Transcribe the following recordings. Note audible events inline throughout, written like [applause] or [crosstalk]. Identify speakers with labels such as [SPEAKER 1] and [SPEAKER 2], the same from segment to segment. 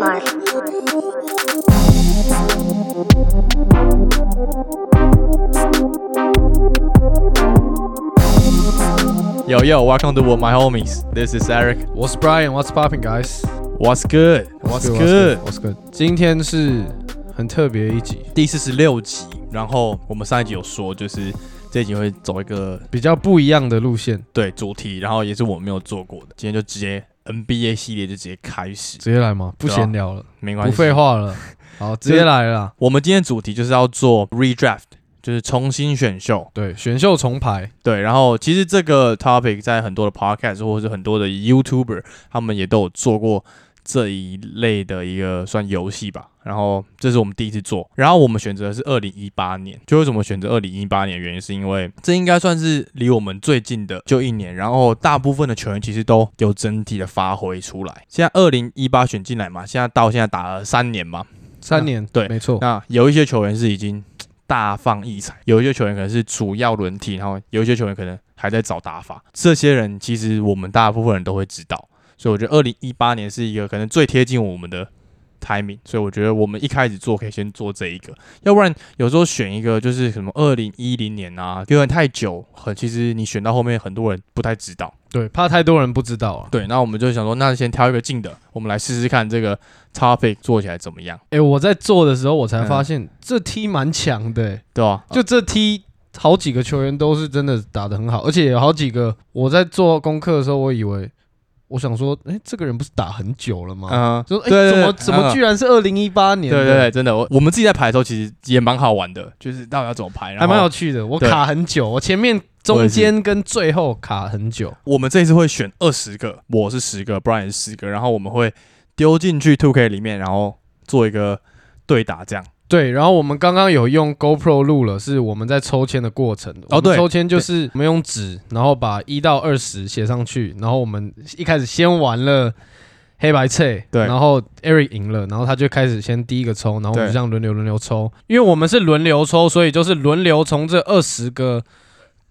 [SPEAKER 1] Smart.
[SPEAKER 2] Yo yo, welcome to my homies. This is Eric.
[SPEAKER 3] 我是 Brian，What's popping, guys?
[SPEAKER 2] What's good? What's good?
[SPEAKER 3] What's good? 今天是很特别一集，
[SPEAKER 2] 第四十六集，然后我们上一集有说，就是这一集会走一个
[SPEAKER 3] 比较不一样的路线，
[SPEAKER 2] 对主题，然后也是我们没有做过的，今天就直接 NBA 系列就直接开始，
[SPEAKER 3] 直接来嘛，不
[SPEAKER 2] 对啊
[SPEAKER 3] 闲聊了，
[SPEAKER 2] 没关
[SPEAKER 3] 不
[SPEAKER 2] 系，
[SPEAKER 3] 废话了，好，直接
[SPEAKER 2] [laughs]
[SPEAKER 3] 来了啦。
[SPEAKER 2] 我们今天主题就是要做 redraft，就是重新选秀。
[SPEAKER 3] 对，选秀重排，
[SPEAKER 2] 对，然后其实这个 topic 在很多的 podcast 或者是很多的 YouTuber 他们也都有做过这一类的一个算游戏吧。然后这是我们第一次做，然后我们选择的是二零一八年。就为什么选择二零一八年？原因是因为这应该算是离我们最近的就一年，然后大部分的球员其实都有整体的发挥出来。现在二零一八选进来嘛，现在到现在打了三年嘛，
[SPEAKER 3] 三年，
[SPEAKER 2] 对
[SPEAKER 3] 没错，
[SPEAKER 2] 那有一些球员是已经大放异彩，有一些球员可能是主要轮替，然后有一些球员可能还在找打法。这些人其实我们大部分人都会知道，所以我觉得二零一八年是一个可能最贴近我们的 timing，所以我觉得我们一开始做可以先做这一个，要不然有时候选一个就是什么二零一零年啊，有点太久，很其实你选到后面很多人不太知道。
[SPEAKER 3] 对，怕太多人不知道啊。
[SPEAKER 2] 对，那我们就想说，那先挑一个近的，我们来试试看这个 topic 做起来怎么样，
[SPEAKER 3] 诶，我在做的时候，我才
[SPEAKER 2] 嗯啊
[SPEAKER 3] 发现这梯蛮强的、诶
[SPEAKER 2] 对吧、
[SPEAKER 3] 就这梯好几个球员都是真的打得很好，而且有好几个我在做功课的时候，我以为我想说，诶，这个人不是打很久了吗？
[SPEAKER 2] 嗯，
[SPEAKER 3] 就说，哎、
[SPEAKER 2] 对对
[SPEAKER 3] 怎么
[SPEAKER 2] 对
[SPEAKER 3] 怎么
[SPEAKER 2] 嗯
[SPEAKER 3] 居然是二零一八年的？
[SPEAKER 2] 对对对，真的，我我们自己在排的时候，其实也蛮好玩的，就是到底要怎么排，然
[SPEAKER 3] 还
[SPEAKER 2] 后
[SPEAKER 3] 蛮有趣的。我
[SPEAKER 2] 对
[SPEAKER 3] 卡很久，我前面、中间跟最后卡很久。
[SPEAKER 2] 我们这一次会选二十个，我是十个，Brian 是十个，然后我们会丢进去 Two K 里面，然后做一个对打，这样。
[SPEAKER 3] 对，然后我们刚刚有用 GoPro 录了，是我们在抽签的过程。
[SPEAKER 2] 哦
[SPEAKER 3] 我们
[SPEAKER 2] 对
[SPEAKER 3] 抽签就是我们用纸，然后把一到二十写上去，然后我们一开始先玩了黑白测，
[SPEAKER 2] 对
[SPEAKER 3] 然后 Eric 赢了，然后他就开始先第一个抽，然后我们
[SPEAKER 2] 对
[SPEAKER 3] 就这样轮流轮流抽，因为我们是轮流抽，所以就是轮流从这二十个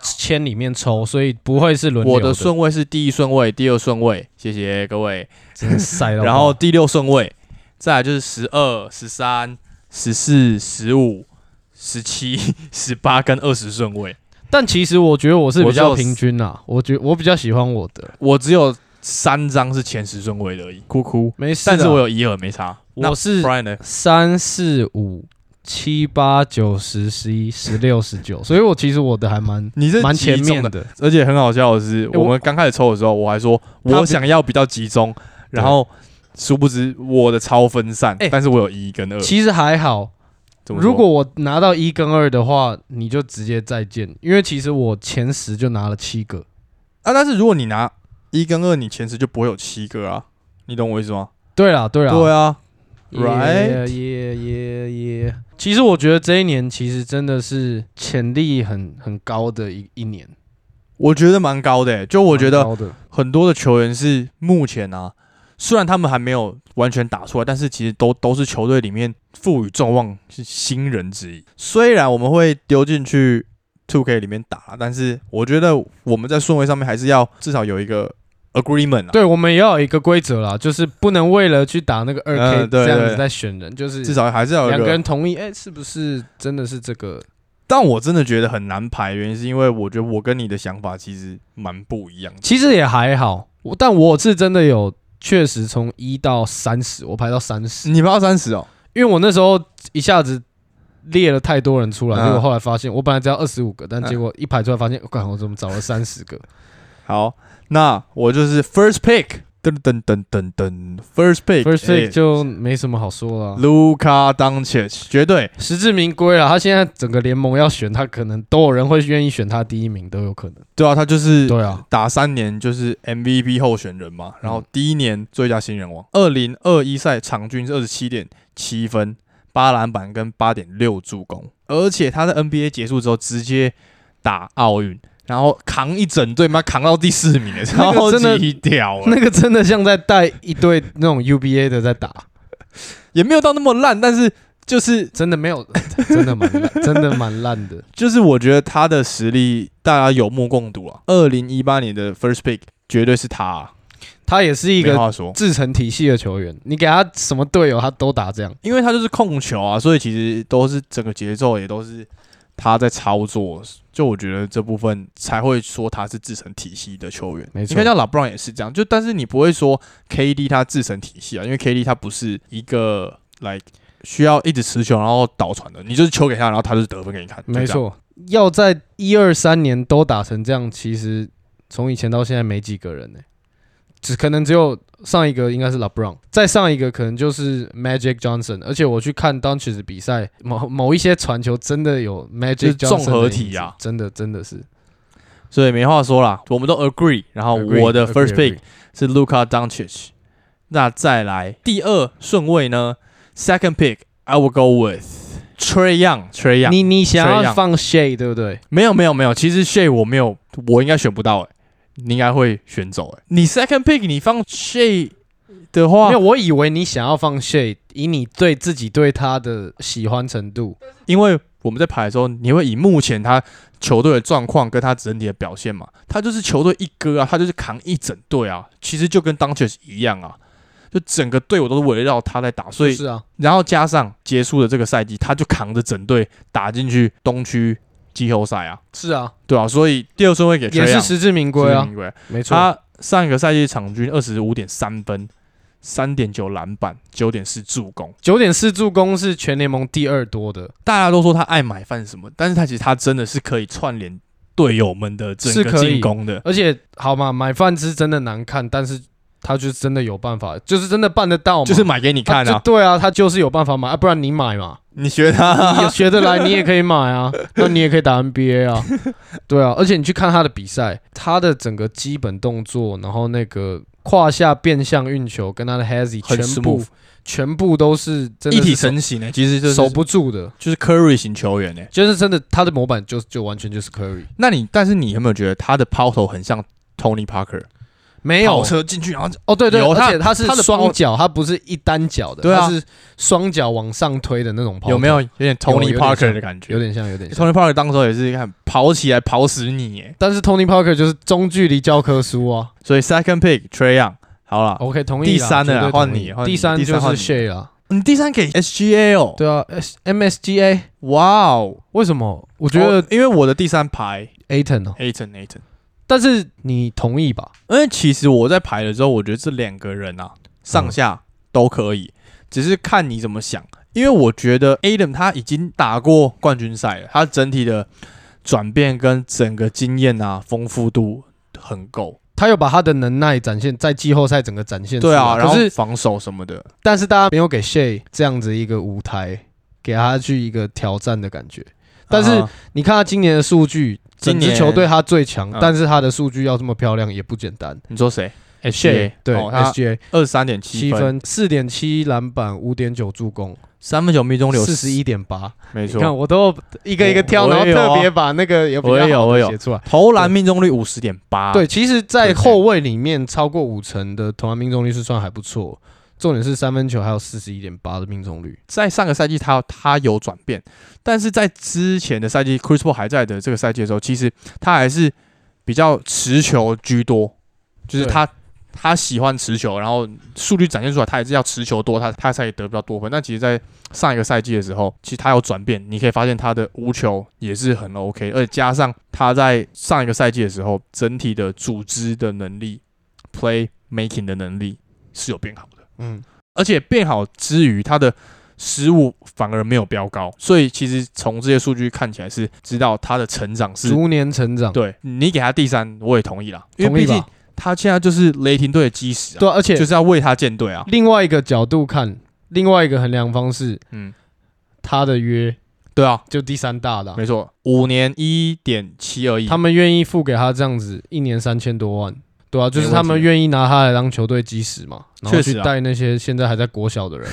[SPEAKER 3] 签里面抽，所以不会是轮流
[SPEAKER 2] 我的顺位是第一顺位，第二顺位，谢谢各位。
[SPEAKER 3] 真的塞到爆，
[SPEAKER 2] 然后第六顺位，再来就是十二、十三、十四、十五、十七、十八跟二十顺位，
[SPEAKER 3] 但其实我觉得我是比较
[SPEAKER 2] 我只有
[SPEAKER 3] 平均啦，我觉我比较喜欢我的，
[SPEAKER 2] 我只有三张是前十顺位的而已，哭哭。
[SPEAKER 3] 没事啊。
[SPEAKER 2] 但是我有一二没差，那
[SPEAKER 3] 我是
[SPEAKER 2] Brian 呢？
[SPEAKER 3] 三四五七八九十十一十六十九，所以我其实我的还蛮
[SPEAKER 2] 你是
[SPEAKER 3] 蛮
[SPEAKER 2] 集中
[SPEAKER 3] 前面
[SPEAKER 2] 的，
[SPEAKER 3] 的。
[SPEAKER 2] 而且很好笑的是，
[SPEAKER 3] 我
[SPEAKER 2] 我们刚开始抽的时候，我还说
[SPEAKER 3] 他
[SPEAKER 2] 我
[SPEAKER 3] 比
[SPEAKER 2] 想要比较集中，然后殊不知我的超分散，
[SPEAKER 3] 哎
[SPEAKER 2] 但是我有一跟二。
[SPEAKER 3] 其实还好，
[SPEAKER 2] 怎么说
[SPEAKER 3] 如果我拿到一跟二的话，你就直接再见，因为其实我前十就拿了七个。
[SPEAKER 2] 啊，但是如果你拿一跟二，你前十就不会有七个啊，你懂我意思吗？
[SPEAKER 3] 对啦，对啦，
[SPEAKER 2] 对啊，
[SPEAKER 3] 耶耶耶耶！其实我觉得这一年其实真的是潜力很很高的一一年，
[SPEAKER 2] 我觉得蛮高的欸、就我觉
[SPEAKER 3] 蛮
[SPEAKER 2] 得
[SPEAKER 3] 高的
[SPEAKER 2] 很多的球员是目前啊，虽然他们还没有完全打出来，但是其实都都是球队里面赋予众望是新人之一。虽然我们会丢进去 Two K 里面打，但是我觉得我们在顺位上面还是要至少有一个 agreement 啊，
[SPEAKER 3] 对，我们也要有一个规则啦，就是不能为了去打那个二 K
[SPEAKER 2] 嗯对
[SPEAKER 3] 这样
[SPEAKER 2] 对
[SPEAKER 3] 子在选人，就是
[SPEAKER 2] 至少还是要有
[SPEAKER 3] 两
[SPEAKER 2] 一
[SPEAKER 3] 个
[SPEAKER 2] 个
[SPEAKER 3] 人。同意，哎，是不是真的是这个？
[SPEAKER 2] 但我真的觉得很难排，原因是因为我觉得我跟你的想法其实蛮不一样的。
[SPEAKER 3] 其实也还好，我但我是真的有确实从一到三十，我排到三十，
[SPEAKER 2] 你们要三十哦，
[SPEAKER 3] 因为我那时候一下子列了太多人出来，
[SPEAKER 2] 嗯
[SPEAKER 3] 结果后来发现我本来只要二十五个，但
[SPEAKER 2] 嗯
[SPEAKER 3] 结果一排出来发现，我哦靠，我怎么找了
[SPEAKER 2] [laughs]
[SPEAKER 3] 三十个？
[SPEAKER 2] 好，那我就是 first pick，噔噔噔噔噔，first pick，
[SPEAKER 3] First pick
[SPEAKER 2] 哎
[SPEAKER 3] 就没什么好说了啊、
[SPEAKER 2] 卢卡当切奇绝对，
[SPEAKER 3] 实至名归了。他现在整个联盟要选他，可能都有人会愿意选他第一名，都有可能。
[SPEAKER 2] 对啊，他就是
[SPEAKER 3] 对嗯啊，
[SPEAKER 2] 打三年就是 MVP 候选人嘛，然后第一年最佳新人王，二零二一赛场均是二十七点七分、八篮板跟八点六助攻，而且他在 NBA 结束之后直接打奥运。然后扛一整队，妈扛到第四名了，
[SPEAKER 3] [laughs] 那
[SPEAKER 2] 超
[SPEAKER 3] 个真的
[SPEAKER 2] 级屌欸
[SPEAKER 3] [laughs] 那个真的像在带一队那种 UBA 的在打，
[SPEAKER 2] 也没有到那么烂，但是就是
[SPEAKER 3] 真的没有， [laughs] 真的蛮烂， [laughs] 真的蛮烂的。
[SPEAKER 2] 就是我觉得他的实力大家有目共睹啊。二零一八年的 first pick 绝对是他、啊，
[SPEAKER 3] 他也是一
[SPEAKER 2] 没
[SPEAKER 3] 个
[SPEAKER 2] 话说，
[SPEAKER 3] 制成体系的球员，你给他什么队友，他都打这样。
[SPEAKER 2] 因为他就是控球啊，所以其实都是整个节奏也都是他在操作。就我觉得这部分才会说他是自成体系的球员，
[SPEAKER 3] 没错
[SPEAKER 2] 你看像老布朗也是这样，就但是你不会说 KD 他自成体系啊，因为 KD 他不是一个 like 需要一直持球然后倒传的，你就是球给他，然后他就是得分给你看，就
[SPEAKER 3] 没
[SPEAKER 2] 这样，
[SPEAKER 3] 错，要在一二三年都打成这样，其实从以前到现在没几个人呢、欸只可能只有上一个应该是 LeBron，再上一个可能就是 Magic Johnson。而且我去看 d o n c h 的比赛，某某一些传球真的有
[SPEAKER 2] 就是
[SPEAKER 3] Magic Johnson
[SPEAKER 2] 综合
[SPEAKER 3] 的影子
[SPEAKER 2] 体啊
[SPEAKER 3] 真的真的是。
[SPEAKER 2] 所以没话说啦，我们都 agree。然后
[SPEAKER 3] Agree，
[SPEAKER 2] 哦我的
[SPEAKER 3] agree，
[SPEAKER 2] first pick
[SPEAKER 3] agree
[SPEAKER 2] 是 Luka Doncic，那再来第二顺位呢，second pick I will go with Trey Young，Trey Young。
[SPEAKER 3] 你你想
[SPEAKER 2] Trae
[SPEAKER 3] 要
[SPEAKER 2] Young
[SPEAKER 3] 放 Shay 对不对？
[SPEAKER 2] 没有没有没有，其实 Shay 我没有，我应该选不到诶、欸你应该会选走诶、欸你 second pick 你放 Shay 的话
[SPEAKER 3] 没有，，我以为你想要放 Shay，以你对自己对他的喜欢程度，
[SPEAKER 2] 因为我们在排的时候，你会以目前他球队的状况跟他整体的表现嘛，他就是球队一哥啊，他就是扛一整队啊，其实就跟当 c h 一样啊，就整个队伍都是围绕他在打，所以
[SPEAKER 3] 是啊，
[SPEAKER 2] 然后加上结束的这个赛季，他就扛着整队打进去东区季后赛啊，
[SPEAKER 3] 是啊，
[SPEAKER 2] 对啊，所以第二顺位给
[SPEAKER 3] 也
[SPEAKER 2] Trae
[SPEAKER 3] 是
[SPEAKER 2] Young，
[SPEAKER 3] 实至名归
[SPEAKER 2] 是
[SPEAKER 3] 啊，
[SPEAKER 2] 名归
[SPEAKER 3] 没错。
[SPEAKER 2] 他上一个赛季场均二十五点三分，三点九篮板，九点四助攻。
[SPEAKER 3] 九点四助攻是全联盟第二多的，
[SPEAKER 2] 大家都说他爱买饭什么，但是他其实他真的是可以串联队友们的整
[SPEAKER 3] 是
[SPEAKER 2] 个
[SPEAKER 3] 可以
[SPEAKER 2] 进攻的。
[SPEAKER 3] 而且好嘛，买饭吃真的难看，但是他就真的有办法，就是真的办得到嘛，
[SPEAKER 2] 就是买给你看
[SPEAKER 3] 他就
[SPEAKER 2] 啊！
[SPEAKER 3] 对哦啊，他就是有办法买，啊、不然你买嘛，
[SPEAKER 2] 你学
[SPEAKER 3] 你 [laughs]
[SPEAKER 2] 他，
[SPEAKER 3] 学得来，你也可以买
[SPEAKER 2] [laughs]
[SPEAKER 3] 啊，那你也可以打 NBA 啊，对啊，而且你去看他的比赛，他的整个基本动作，然后那个胯下变向运球跟他的 hazy
[SPEAKER 2] 很
[SPEAKER 3] 全部
[SPEAKER 2] smooth
[SPEAKER 3] 全部都是真的是
[SPEAKER 2] 一体
[SPEAKER 3] 手
[SPEAKER 2] 成型呢、其实就是
[SPEAKER 3] 守不住的，
[SPEAKER 2] 就是 Curry 型球员呢、欸
[SPEAKER 3] 就是真的他的模板就就完全就是 Curry，
[SPEAKER 2] 那你但是你有没有觉得他的抛投很像 Tony Parker？
[SPEAKER 3] 没有
[SPEAKER 2] 跑车进去，然后就
[SPEAKER 3] 哦，对对，
[SPEAKER 2] 有
[SPEAKER 3] 而
[SPEAKER 2] 它
[SPEAKER 3] 且它是
[SPEAKER 2] 它的
[SPEAKER 3] 双
[SPEAKER 2] 包
[SPEAKER 3] 脚，它不是一单脚的，
[SPEAKER 2] 对啊
[SPEAKER 3] 它是双脚往上推的那种抛投，
[SPEAKER 2] 有没有有点 Tony
[SPEAKER 3] 有点像
[SPEAKER 2] Parker 的感
[SPEAKER 3] 有
[SPEAKER 2] 觉
[SPEAKER 3] 点像，有点像。
[SPEAKER 2] ？Tony Parker 当时候也是看跑起来跑死你耶、
[SPEAKER 3] 但是 Tony Parker 就是中距离教科书啊。
[SPEAKER 2] 所以 second pick Trey Young 好了，
[SPEAKER 3] OK，同
[SPEAKER 2] 第
[SPEAKER 3] 意啦。
[SPEAKER 2] 三的啦
[SPEAKER 3] 绝对同
[SPEAKER 2] 换
[SPEAKER 3] 意
[SPEAKER 2] 你换你
[SPEAKER 3] 第三
[SPEAKER 2] 第
[SPEAKER 3] 就
[SPEAKER 2] 三
[SPEAKER 3] 是
[SPEAKER 2] 换你哦
[SPEAKER 3] Shay 啦。
[SPEAKER 2] 你第三给 SGA 哦，
[SPEAKER 3] 对啊，S-，MSGA
[SPEAKER 2] 哇哦，
[SPEAKER 3] 为什么？我
[SPEAKER 2] 我
[SPEAKER 3] 觉得
[SPEAKER 2] 因为我的第三排
[SPEAKER 3] Aton 哦，
[SPEAKER 2] Aton Aton，
[SPEAKER 3] 但是你同意吧？
[SPEAKER 2] 因为其实我在排的时候，我觉得这两个人啊上下都可以，只是看你怎么想。因为我觉得 Adam 他已经打过冠军赛了，他整体的转变跟整个经验啊丰富度很够。
[SPEAKER 3] 他有把他的能耐展现在季后赛整个展现出
[SPEAKER 2] 对
[SPEAKER 3] 来，
[SPEAKER 2] 啊，然后
[SPEAKER 3] 可是
[SPEAKER 2] 防守什么的，
[SPEAKER 3] 但是大家没有给 Shay 这样子一个舞台，给他去一个挑战的感觉。但是
[SPEAKER 2] 啊
[SPEAKER 3] 你看他今年的数据，整
[SPEAKER 2] 今
[SPEAKER 3] 支
[SPEAKER 2] 年
[SPEAKER 3] 球队他最强
[SPEAKER 2] 嗯，
[SPEAKER 3] 但是他的数据要这么漂亮也不简单。
[SPEAKER 2] 你说谁
[SPEAKER 3] Shea，对
[SPEAKER 2] 哦他
[SPEAKER 3] ，SGA
[SPEAKER 2] 二十三点七
[SPEAKER 3] 七
[SPEAKER 2] 分，
[SPEAKER 3] 分，四点七篮板，五点九助攻，
[SPEAKER 2] 三分球命中率有
[SPEAKER 3] 四十，一点八。
[SPEAKER 2] 没
[SPEAKER 3] 你看
[SPEAKER 2] 错，
[SPEAKER 3] 我都一个一个挑，
[SPEAKER 2] 我
[SPEAKER 3] 然后
[SPEAKER 2] 我也有啊
[SPEAKER 3] 特别把那个有比
[SPEAKER 2] 我也有
[SPEAKER 3] 较好
[SPEAKER 2] 我也
[SPEAKER 3] 的
[SPEAKER 2] 有
[SPEAKER 3] 写出来。
[SPEAKER 2] 投篮命中率五十点八，
[SPEAKER 3] 对，，其实，在
[SPEAKER 2] 对对
[SPEAKER 3] 后卫里面超过五成的投篮命中率是算还不错，重点是三分球还有四十一点八的命中率。
[SPEAKER 2] 在上个赛季他他有转变，但是在之前的赛季 Chris Paul 还在的这个赛季的时候，其实他还是比较持球居多，就是
[SPEAKER 3] 对
[SPEAKER 2] 他他喜欢持球，然后数据展现出来，他也是要持球多，他他才得比较多分。但其实，在上一个赛季的时候，其实他有转变，你可以发现他的无球也是很 OK，而且加上他在上一个赛季的时候，整体的组织的能力、play making 的能力是有变好的。
[SPEAKER 3] 嗯，
[SPEAKER 2] 而且变好之余，他的失误反而没有飙高，所以其实从这些数据看起来是知道他的成长是。
[SPEAKER 3] 逐年成长，
[SPEAKER 2] 对你给他第三，我也同意啦，因为
[SPEAKER 3] 嗯同意
[SPEAKER 2] 毕竟
[SPEAKER 3] 吧？
[SPEAKER 2] 他现在就是雷霆队的基石、啊，
[SPEAKER 3] 对啊，而且
[SPEAKER 2] 就是要为他建队啊。
[SPEAKER 3] 另外一个角度看，另外一个衡量方式，
[SPEAKER 2] 嗯，
[SPEAKER 3] 他的约
[SPEAKER 2] 对啊，
[SPEAKER 3] 就第三大的啊、
[SPEAKER 2] 没错，五年一点七而已。
[SPEAKER 3] 他们愿意付给他这样子一年三千多万，对啊，就是他
[SPEAKER 2] 没问
[SPEAKER 3] 们
[SPEAKER 2] 题
[SPEAKER 3] 愿意拿他来当球队基石嘛，然后
[SPEAKER 2] 确实
[SPEAKER 3] 去
[SPEAKER 2] 啊
[SPEAKER 3] 带那些现在还在国小的人，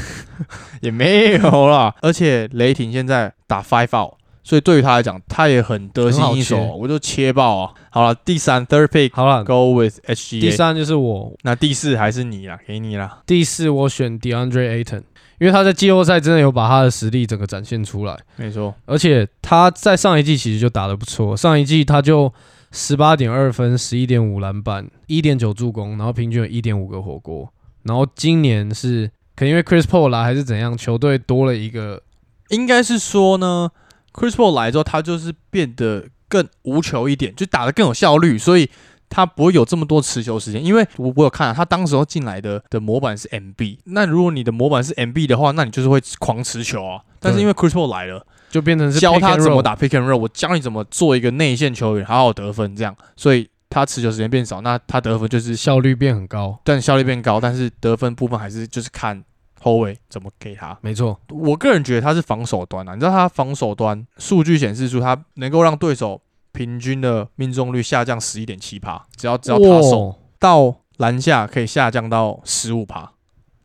[SPEAKER 2] 也没有啦。而且雷霆现在打 five out，所以对于他来讲，他也很得心应手
[SPEAKER 3] 很好
[SPEAKER 2] 啊，
[SPEAKER 3] 切
[SPEAKER 2] 我就切爆啊。好了，第三 third pick
[SPEAKER 3] 好了，
[SPEAKER 2] go with
[SPEAKER 3] 第
[SPEAKER 2] HGA，
[SPEAKER 3] 三就是我，
[SPEAKER 2] 那第四还是你啦，给你啦。
[SPEAKER 3] 第四我选 DeAndre Ayton，因为他在季后赛真的有把他的实力整个展现出来，
[SPEAKER 2] 没错，
[SPEAKER 3] 而且他在上一季其实就打得不错，上一季他就十八点二分、十一点五篮板、一点九助攻，然后平均有一点五个火锅，然后今年是可能因为 Chris Paul 来还是怎样，球队多了一个
[SPEAKER 2] 应该是说呢，Chris Paul 来之后，他就是变得更无球一点，就打得更有效率，所以他不会有这么多持球时间。因为我我有看、啊、他当时候进来的的模板是 MB，那如果你的模板是 MB 的话，那你就是会狂持球啊。但是因为 Chris Paul 来了，
[SPEAKER 3] 就变成是
[SPEAKER 2] 教他
[SPEAKER 3] pick and
[SPEAKER 2] 怎么
[SPEAKER 3] roll
[SPEAKER 2] 打 pick and roll，我教你怎么做一个内线球员，好好得分这样，所以他持球时间变少，那他得分就是
[SPEAKER 3] 效率变很高，
[SPEAKER 2] 但效率变高，但是得分部分还是就是看后卫怎么给他。
[SPEAKER 3] 没错，
[SPEAKER 2] 我个人觉得他是防守端啊，你知道他防守端数据显示出他能够让对手平均的命中率下降十一点七趴，只要只要他手
[SPEAKER 3] 哇哦
[SPEAKER 2] 到篮下可以下降到十五趴。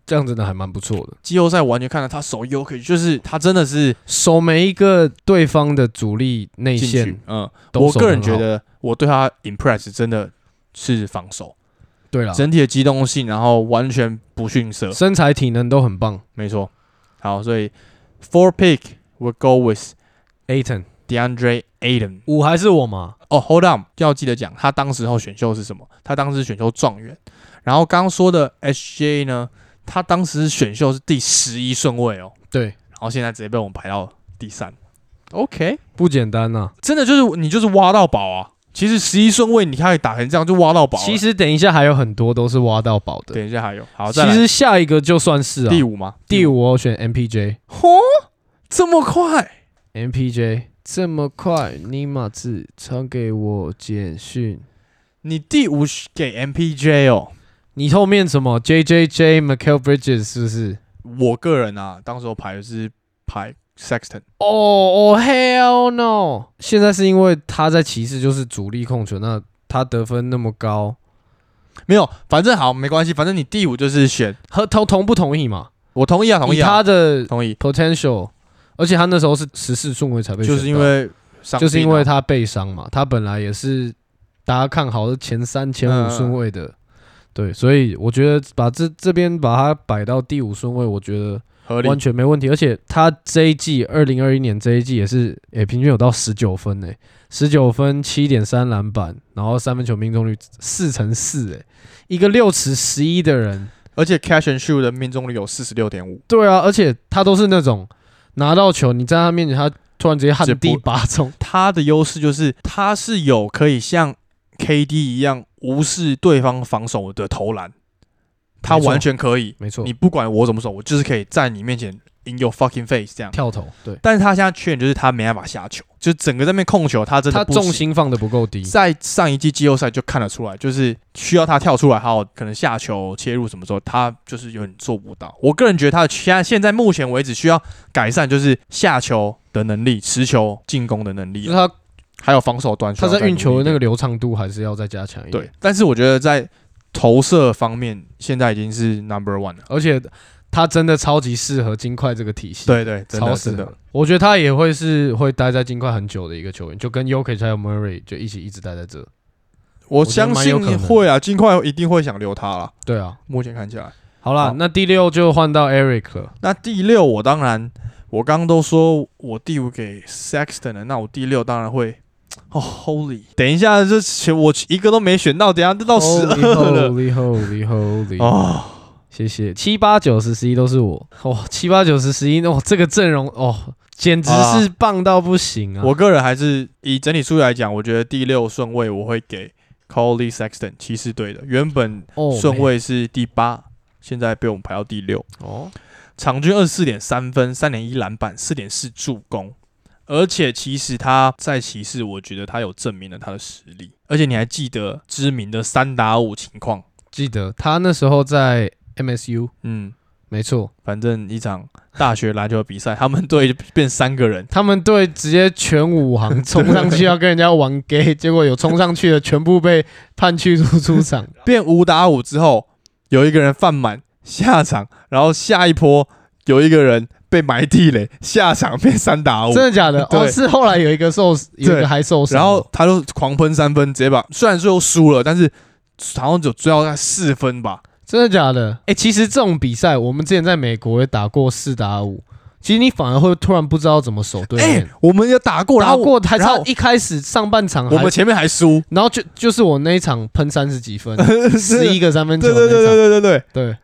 [SPEAKER 3] 这样真的还蛮不错的。
[SPEAKER 2] 季后赛完全看到他手又可以，就是他真的是
[SPEAKER 3] 守每一个对方的主力内
[SPEAKER 2] 进去
[SPEAKER 3] 线，。
[SPEAKER 2] 嗯，
[SPEAKER 3] 都
[SPEAKER 2] 我
[SPEAKER 3] 守
[SPEAKER 2] 个人
[SPEAKER 3] 很
[SPEAKER 2] 觉，
[SPEAKER 3] 好
[SPEAKER 2] 得我对他 impress 真的是防守，
[SPEAKER 3] 对了，
[SPEAKER 2] 整体的机动性，然后完全不逊 [laughs] 色。
[SPEAKER 3] 身材体能都很棒。
[SPEAKER 2] 没错，好，所以 four pick will go with
[SPEAKER 3] Aton
[SPEAKER 2] DeAndre Ayton。
[SPEAKER 3] 五还是我嘛？
[SPEAKER 2] 哦，Hold on，要记得讲他当时候选秀是什么？他当时选秀状元，然后刚刚说的 SJ 呢，他当时选秀是第十一顺位哦，
[SPEAKER 3] 对，
[SPEAKER 2] 然后现在直接被我们排到第三。OK，
[SPEAKER 3] 不简单啊呐、
[SPEAKER 2] 真的就是你就是挖到宝啊！其实十一顺位你可以打成这样就挖到宝了。
[SPEAKER 3] 其实等一下还有很多都是挖到宝的。
[SPEAKER 2] 等一下还有，好，再
[SPEAKER 3] 其
[SPEAKER 2] 来
[SPEAKER 3] 实下一个就算是啊，
[SPEAKER 2] 第五嘛，
[SPEAKER 3] 第，五我选 MPJ。
[SPEAKER 2] 嚯，这么快？
[SPEAKER 3] MPJ 这么快，尼玛字传给我简讯。
[SPEAKER 2] 你第五给 MPJ 哦？
[SPEAKER 3] 你后面什么 JJJ Michael Bridges 是不是？
[SPEAKER 2] 我个人啊，当时候排的是排 Sexton。
[SPEAKER 3] 哦哦 hell no！现在是因为他在骑士就是主力控球，那他得分那么高，
[SPEAKER 2] 没有，反正好没关系，反正你第五就是选，
[SPEAKER 3] 和同同不同意嘛？
[SPEAKER 2] 我同意啊，同意
[SPEAKER 3] 以
[SPEAKER 2] 啊，
[SPEAKER 3] 他的
[SPEAKER 2] 同意，
[SPEAKER 3] potential，而且他那时候是十四顺位才被选
[SPEAKER 2] 就
[SPEAKER 3] 到，
[SPEAKER 2] 是因为伤病啊
[SPEAKER 3] 就是因为他被伤嘛，他本来也是大家看好的前三、前
[SPEAKER 2] 嗯
[SPEAKER 3] 五顺位的，对，所以我觉得把这这边把他摆到第五顺位，我觉得
[SPEAKER 2] 合理
[SPEAKER 3] 完全没问题。而且他这一季二零二一年这一季也是，也、平均有到十九分呢、十九分七点三篮板，然后三分球命中率四乘四，哎，一个六尺十一的人，
[SPEAKER 2] 而且 catch and shoot 的命中率有四十六点五，
[SPEAKER 3] 对啊，而且他都是那种拿到球，你在他面前，他突然直接
[SPEAKER 2] 直
[SPEAKER 3] 旱
[SPEAKER 2] 接
[SPEAKER 3] [laughs] 地
[SPEAKER 2] 拨
[SPEAKER 3] 拔葱，
[SPEAKER 2] 他的优势就是他是有可以像 KD 一样无视对方防守的投篮，他
[SPEAKER 3] 没错
[SPEAKER 2] 完全可以，
[SPEAKER 3] 没错，
[SPEAKER 2] 你不管我怎么守，我就是可以在你面前 in your fucking face 这样。
[SPEAKER 3] 跳投，对，
[SPEAKER 2] 但是他现在缺点就是他没办法下球，就整个在那边控球，他真
[SPEAKER 3] 他
[SPEAKER 2] 的不
[SPEAKER 3] 重
[SPEAKER 2] 行
[SPEAKER 3] 心放的不够低，
[SPEAKER 2] 在上一季季后赛就看得出来，就是需要他跳出来，还有可能下球切入什么时候，他就是有点做不到。我个人觉得他的现在现在目前为止需要改善，就是下球的能力、持球进攻的能
[SPEAKER 3] 就
[SPEAKER 2] 力
[SPEAKER 3] 是，他
[SPEAKER 2] 还有防守端需
[SPEAKER 3] 嗯他
[SPEAKER 2] 要再
[SPEAKER 3] 在运球的
[SPEAKER 2] 努
[SPEAKER 3] 那
[SPEAKER 2] 力
[SPEAKER 3] 个流畅度还是要再加强一
[SPEAKER 2] 一
[SPEAKER 3] 点。
[SPEAKER 2] 点对。，但是我觉得在投射方面，现在已经是 number one 了。
[SPEAKER 3] 而且他真的超级适合金块这个体系，，
[SPEAKER 2] 对对，真
[SPEAKER 3] 超啊
[SPEAKER 2] 的
[SPEAKER 3] 适
[SPEAKER 2] 真
[SPEAKER 3] 合
[SPEAKER 2] 的。。
[SPEAKER 3] 我觉得他也会是会待在金块很久的一个球员，就跟 Yoke 还有 Murray 就一起一直待在这。
[SPEAKER 2] 我
[SPEAKER 3] 觉得
[SPEAKER 2] 相
[SPEAKER 3] 蛮
[SPEAKER 2] 信
[SPEAKER 3] 有可能
[SPEAKER 2] 会啊，尽快一定会想留他啦。
[SPEAKER 3] 对啊，
[SPEAKER 2] 目前看起来。
[SPEAKER 3] 好啦，
[SPEAKER 2] 好
[SPEAKER 3] 那第六就换到 Eric 了。
[SPEAKER 2] 那第六，我当然，我刚都说我第五给 Sexton 了，那我第六当然会。哦、h o l y 等一下，这选我一个都没选到，等一下就到十二了。
[SPEAKER 3] Holy Holy Holy！
[SPEAKER 2] [laughs] 哦，
[SPEAKER 3] 谢谢，七八九十十一都是我。哇，七八九十十一，哇，这个阵容哦，简直
[SPEAKER 2] 好
[SPEAKER 3] 是
[SPEAKER 2] 啦
[SPEAKER 3] 棒到不行啊！
[SPEAKER 2] 我个人还是以整体数据来讲，我觉得第六顺位我会给 Coley Sexton 骑士队的，原本
[SPEAKER 3] 我
[SPEAKER 2] 顺位是第八现在被我们排到第六，
[SPEAKER 3] 哦，
[SPEAKER 2] 场均二四点三分，三点一篮板，四点四助攻。而且其实他在骑士，我觉得他有证明了他的实力。而且你还记得知名的三打五情况？
[SPEAKER 3] 记得他那时候在 MSU，
[SPEAKER 2] 嗯，
[SPEAKER 3] 没错，
[SPEAKER 2] 反正一场大学篮球比赛，他们队就变三个人，
[SPEAKER 3] 他们队直接全武 [laughs] 行冲上去要跟人家玩 gay，结果有冲上去的全部被判驱逐出场。
[SPEAKER 2] 变五打五之后，有一个人犯满下场，然后下一波有一个人被埋地雷，下场变三打五
[SPEAKER 3] 真。的假的？
[SPEAKER 2] 对
[SPEAKER 3] [laughs] 哦，是后来有一个受，有一个还受伤。
[SPEAKER 2] 然后他就狂喷三分，直接把虽然最后输了，但是好像只有追到在四分吧，
[SPEAKER 3] 真的假的？哎、其实这种比赛，我们之前在美国也打过四打五，其实你反而会突然不知道怎么守对
[SPEAKER 2] 哎、
[SPEAKER 3] 面。
[SPEAKER 2] 我们也打过，然
[SPEAKER 3] 打
[SPEAKER 2] 后
[SPEAKER 3] 过还
[SPEAKER 2] 然
[SPEAKER 3] 差
[SPEAKER 2] 后
[SPEAKER 3] 一开始上半场
[SPEAKER 2] 我
[SPEAKER 3] 还
[SPEAKER 2] 们前面还
[SPEAKER 3] [laughs]
[SPEAKER 2] 输，
[SPEAKER 3] 然后就就是我那一场喷三十
[SPEAKER 2] [laughs]
[SPEAKER 3] 几分，十一个三分球
[SPEAKER 2] 对
[SPEAKER 3] 那
[SPEAKER 2] 啊对
[SPEAKER 3] 一
[SPEAKER 2] 对对
[SPEAKER 3] 场，
[SPEAKER 2] 对对对，
[SPEAKER 3] 对，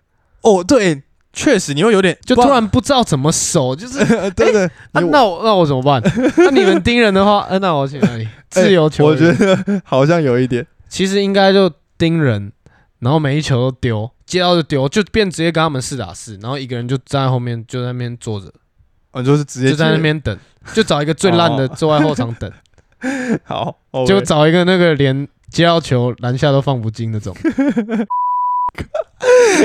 [SPEAKER 2] 哦对，确实你会有点
[SPEAKER 3] 就
[SPEAKER 2] 不知
[SPEAKER 3] 突
[SPEAKER 2] 道
[SPEAKER 3] 然不知道怎么守，就是
[SPEAKER 2] [laughs] 对对，
[SPEAKER 3] 啊，
[SPEAKER 2] 你我
[SPEAKER 3] 那我那我怎么
[SPEAKER 2] [laughs]
[SPEAKER 3] 办？那你们盯人的话，啊那我去哪里？自由球
[SPEAKER 2] 哎我
[SPEAKER 3] 员
[SPEAKER 2] 觉得好像有一点，
[SPEAKER 3] 其实应该就盯人，然后每一球都丢，接到就丢，就变直接跟他们四打四，然后一个人就站在后面，就在那边坐着，
[SPEAKER 2] 我哦就是直接
[SPEAKER 3] 就在那
[SPEAKER 2] 去
[SPEAKER 3] 边等，就找一个最烂的
[SPEAKER 2] 哦
[SPEAKER 3] 坐在后场等，
[SPEAKER 2] [laughs] 好，OK
[SPEAKER 3] 就找一个那个连接到球篮下都放不进那种。
[SPEAKER 2] [laughs]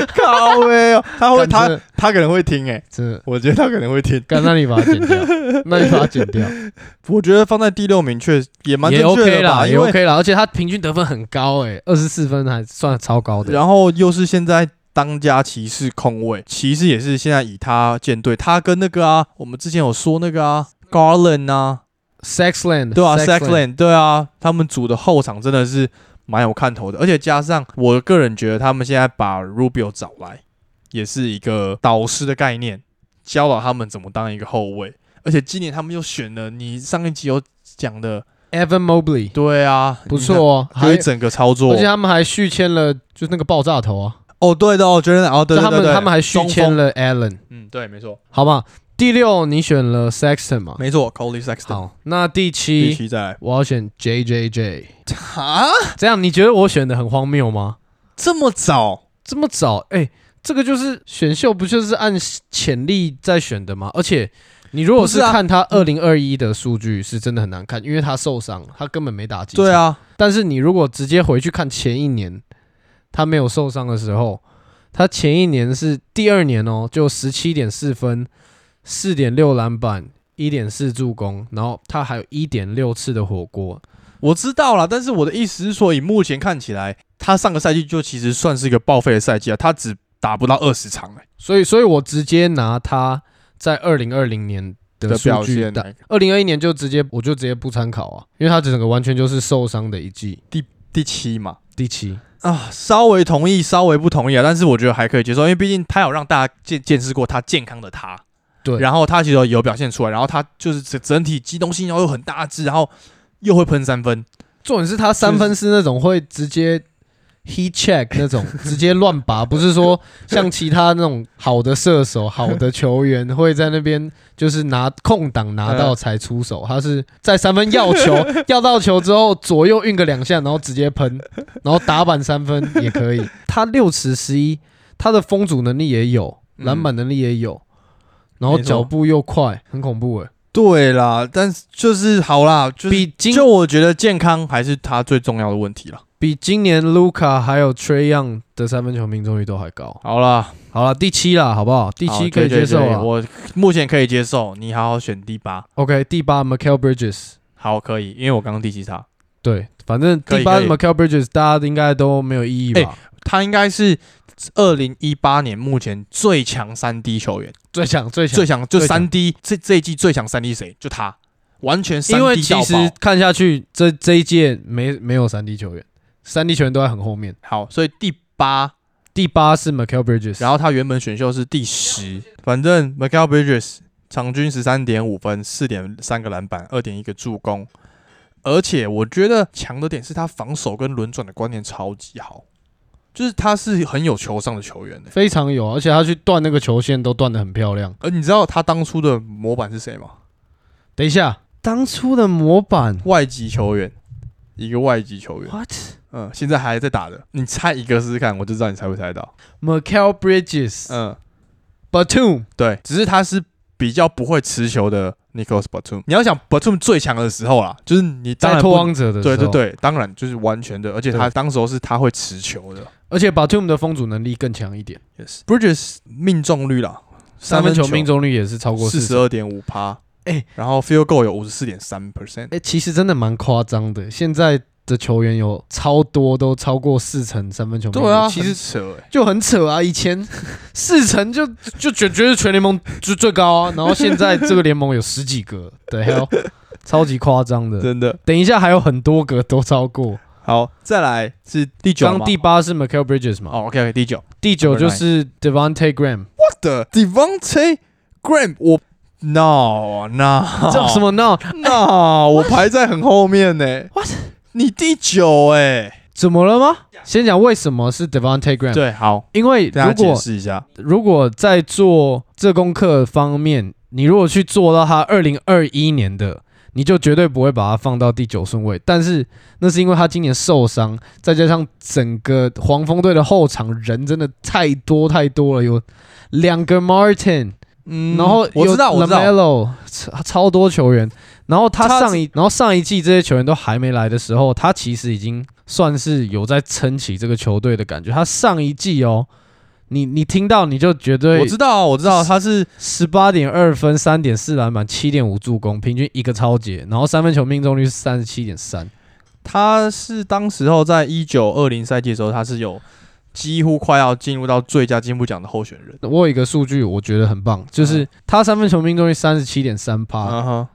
[SPEAKER 2] 靠没有，他会
[SPEAKER 3] 干
[SPEAKER 2] 他
[SPEAKER 3] 真的
[SPEAKER 2] 他可能会听哎、
[SPEAKER 3] 真的，
[SPEAKER 2] 我觉得他可能会听。
[SPEAKER 3] 干，那你把它剪掉，那你把它剪掉。
[SPEAKER 2] 我觉得放在第六名确实也 [laughs] 蛮
[SPEAKER 3] 也
[SPEAKER 2] 正确
[SPEAKER 3] OK
[SPEAKER 2] 的吧，
[SPEAKER 3] 啦，也
[SPEAKER 2] 因为
[SPEAKER 3] OK 啦，而且他平均得分很高诶、二十四分还算超高的。
[SPEAKER 2] 然后又是现在当家骑士控卫，骑士也是现在以他舰队，他跟那个啊，我们之前有说那个啊，Garland 啊，
[SPEAKER 3] Sexland
[SPEAKER 2] 对啊 s a c l a n 对啊，他们组的后场真的是蛮有看头的，而且加上我个人觉得他们现在把 Rubio 找来，也是一个导师的概念，教导他们怎么当一个后卫，而且今年他们又选了你上一集有讲的，
[SPEAKER 3] Evan Mobley
[SPEAKER 2] 对啊，
[SPEAKER 3] 不错哦，
[SPEAKER 2] 你看，
[SPEAKER 3] 还
[SPEAKER 2] 就是整个操作
[SPEAKER 3] 而且，他们还续签了，就是那个爆炸头啊，
[SPEAKER 2] 哦对的哦，觉得哦对
[SPEAKER 3] 就
[SPEAKER 2] 对
[SPEAKER 3] 他
[SPEAKER 2] 对
[SPEAKER 3] 们
[SPEAKER 2] 对，
[SPEAKER 3] 他们还续签
[SPEAKER 2] 中锋，
[SPEAKER 3] 了 Allen，
[SPEAKER 2] 嗯对，没错
[SPEAKER 3] 好吧？第六你选了 Sexton 嘛？
[SPEAKER 2] 没错，Coley Sexton，
[SPEAKER 3] 好，那第
[SPEAKER 2] 第
[SPEAKER 3] 七
[SPEAKER 2] 七再来，
[SPEAKER 3] 我要选 JJJ，
[SPEAKER 2] 啊
[SPEAKER 3] 这样你觉得我选的很荒谬吗？
[SPEAKER 2] 这么早，
[SPEAKER 3] 这么早，哎、这个就是选秀，不就是按潜力在选的吗？而且你如果
[SPEAKER 2] 不
[SPEAKER 3] 是
[SPEAKER 2] 是啊
[SPEAKER 3] 看他二零二一的数据，是真的很难看，因为他受伤了，他根本没打几场
[SPEAKER 2] 对，啊，
[SPEAKER 3] 但是你如果直接回去看前一年他没有受伤的时候，他前一年是第二年哦，就十七点四分，四点六篮板，一点四助攻，然后他还有一点六次的火锅，
[SPEAKER 2] 我知道啦，但是我的意思是说，以目前看起来，他上个赛季就其实算是一个报废的赛季啊，他只打不到二十场、欸，
[SPEAKER 3] 所以，所以我直接拿他在二零二零年的
[SPEAKER 2] 的
[SPEAKER 3] 数
[SPEAKER 2] 表
[SPEAKER 3] 据
[SPEAKER 2] 现欸
[SPEAKER 3] 打，二零二一年就直接我就直接不参考啊，因为他整个完全就是受伤的一季。
[SPEAKER 2] 第七嘛。
[SPEAKER 3] 第七，
[SPEAKER 2] 啊，稍微同意，稍微不同意啊，但是我觉得还可以接受，因为毕竟他有让大家见见识过他健康的他，
[SPEAKER 3] 对
[SPEAKER 2] 然后他其实有表现出来，然后他就是整整体机动性要有很大致，然后又会喷三分，
[SPEAKER 3] 重点是他三分是那种会直接 he check 那 [laughs] 种直接乱拔，不是说像其他那种好的射手、好的球员会在那边就是拿空档拿到才出手，他是在三分要 [laughs] 球要到球之后左右运个两下，然后直接喷，然后打板三分也可以。 [laughs] 他六尺十一，他的封阻能力也有，
[SPEAKER 2] 嗯
[SPEAKER 3] 篮板能力也有，然后
[SPEAKER 2] 没错
[SPEAKER 3] 脚步又快，很恐怖诶、
[SPEAKER 2] 对啦，但是就是好啦，就
[SPEAKER 3] 比今
[SPEAKER 2] 就我觉得健康还是他最重要的问题了。
[SPEAKER 3] 比今年卢卡还有 Trey Young 的三分球命中率都还高。
[SPEAKER 2] 好啦，
[SPEAKER 3] 好了，第七啦，好不好？第
[SPEAKER 2] 好
[SPEAKER 3] 七可
[SPEAKER 2] 对
[SPEAKER 3] 以
[SPEAKER 2] 对
[SPEAKER 3] 接受
[SPEAKER 2] 对
[SPEAKER 3] 啊。
[SPEAKER 2] 我目前可以接受，你好好选第八。
[SPEAKER 3] OK，第八 m i c a e l Bridges，
[SPEAKER 2] 好，可以，因为我刚刚第七差，
[SPEAKER 3] 对，反正
[SPEAKER 2] 可以
[SPEAKER 3] 第八
[SPEAKER 2] 可以哎
[SPEAKER 3] m i c a e l Bridges 大家应该都没有异议吧？
[SPEAKER 2] 他应该是二零一八年目前最强三 D 球员，
[SPEAKER 3] 最强最强
[SPEAKER 2] 最，强就
[SPEAKER 3] 最强
[SPEAKER 2] 三 D 这这一季最强三 D 谁？就他，完全三
[SPEAKER 3] 因
[SPEAKER 2] D
[SPEAKER 3] 为其实看下去，这这一届没没有三 D 球员，三 D 球员都在很后面。
[SPEAKER 2] 好，所以第八，
[SPEAKER 3] 第八是 m i c a e l Bridges，
[SPEAKER 2] 然后他原本选秀是第十，反正 m i c a e l Bridges 场均十三点五分，四点三个篮板，二点一个助攻，而且我觉得强的点是他防守跟轮转的观念超级好，就是他是很有球商的球员、欸、
[SPEAKER 3] 非常有，而且他去断那个球线都断得很漂亮。
[SPEAKER 2] 而你知道他当初的模板是谁吗？
[SPEAKER 3] 等一下，当初的模板
[SPEAKER 2] 外籍球员，一个外籍球员，
[SPEAKER 3] ，What？
[SPEAKER 2] 嗯，现在还在打的。你猜一个试试看，我就知道你猜不猜到。
[SPEAKER 3] m i c a e l Bridges，Batum，、
[SPEAKER 2] 嗯，对，只是他是比较不会持球的 Nicholas Batum。你要想 Batum 最强的时候啦，就是你当
[SPEAKER 3] 在
[SPEAKER 2] 然
[SPEAKER 3] 拓
[SPEAKER 2] 不
[SPEAKER 3] 荒者的时
[SPEAKER 2] 对
[SPEAKER 3] 候
[SPEAKER 2] 对对，当然就是完全的，而且他当时候是他会持球的。
[SPEAKER 3] 而且 Batum 的封阻能力更强一点，
[SPEAKER 2] Yes, Bridges 命中率啦，
[SPEAKER 3] 三分球命
[SPEAKER 2] 中
[SPEAKER 3] 中率也是超过
[SPEAKER 2] 四
[SPEAKER 3] 40
[SPEAKER 2] 十二点五趴，
[SPEAKER 3] 哎
[SPEAKER 2] 然后 field goal 有五十四点三 percent。
[SPEAKER 3] 哎、其实真的蛮夸张的。现在的球员有超多都超过四成三分球命中
[SPEAKER 2] 对
[SPEAKER 3] 率，
[SPEAKER 2] 啊，
[SPEAKER 3] 其
[SPEAKER 2] 很
[SPEAKER 3] 实
[SPEAKER 2] 扯哎、
[SPEAKER 3] 就很扯啊。以前 [laughs] 四成就就觉觉得全联盟就最高啊，然后现在这个联盟有十 [laughs] 几个，对，还有超级夸张的。
[SPEAKER 2] 真的。
[SPEAKER 3] 等一下还有很多个都超过，
[SPEAKER 2] 好，再来是第九了
[SPEAKER 3] 刚
[SPEAKER 2] 吗
[SPEAKER 3] 第八是 Michael Bridges 嘛，
[SPEAKER 2] 哦，OK OK，第九 [laughs]
[SPEAKER 3] 第九就是 Devonte Graham，
[SPEAKER 2] ，What the Devonte Graham，我 No No，
[SPEAKER 3] 这什么 no？
[SPEAKER 2] [laughs] No？我排在很后面呢。
[SPEAKER 3] What？
[SPEAKER 2] 你第九哎？
[SPEAKER 3] 怎么了吗？先讲为什么是 Devonte Graham，
[SPEAKER 2] 对，好，
[SPEAKER 3] 因为
[SPEAKER 2] 大家
[SPEAKER 3] 如
[SPEAKER 2] 解
[SPEAKER 3] 果
[SPEAKER 2] 释一下。
[SPEAKER 3] 如果在做这功课方面，你如果去做到他二零二一年的，你就绝对不会把他放到第九顺位。但是那是因为他今年受伤，再加上整个黄蜂队的后场人真的太多太多了，有两个 Martin，、
[SPEAKER 2] 嗯
[SPEAKER 3] 然后
[SPEAKER 2] 我知道，我知道，
[SPEAKER 3] Lamelo 超超多球员，然后他
[SPEAKER 2] 他
[SPEAKER 3] 上一然后上一季这些球员都还没来的时候，他其实已经算是有在撑起这个球队的感觉。他上一季哦，你你听到你就绝对
[SPEAKER 2] 我知道，我知道，他是
[SPEAKER 3] 十八点二分、三点四篮板、七点五助攻，平均一个超节，然后三分球命中率是三十七点三。
[SPEAKER 2] 他是当时候在一九二零赛季的时候，他是有几乎快要进入到最佳进步奖的候选人。
[SPEAKER 3] 我有一个数据我觉得很棒，就是他三分球命中率三十七点三趴，
[SPEAKER 2] 嗯哼，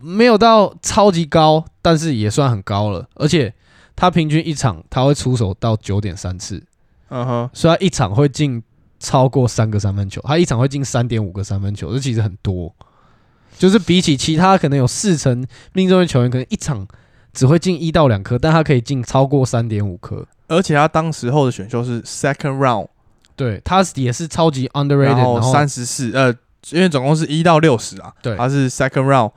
[SPEAKER 3] 没有到超级高，但是也算很高了。而且他平均一场他会出手到九点三次，
[SPEAKER 2] 嗯哼，
[SPEAKER 3] 所以他一场会进超过三个三分球，他一场会进三点五个三分球，这其实很多。就是比起其他可能有四成命中的球员，可能一场只会进一到两颗，但他可以进超过三点五颗。
[SPEAKER 2] 而且他当时候的选秀是 second round，
[SPEAKER 3] 对他也是超级 underrated，
[SPEAKER 2] 然
[SPEAKER 3] 然后
[SPEAKER 2] 后三十四，呃，因为总共是一到六十啊，
[SPEAKER 3] 对
[SPEAKER 2] 他是 second round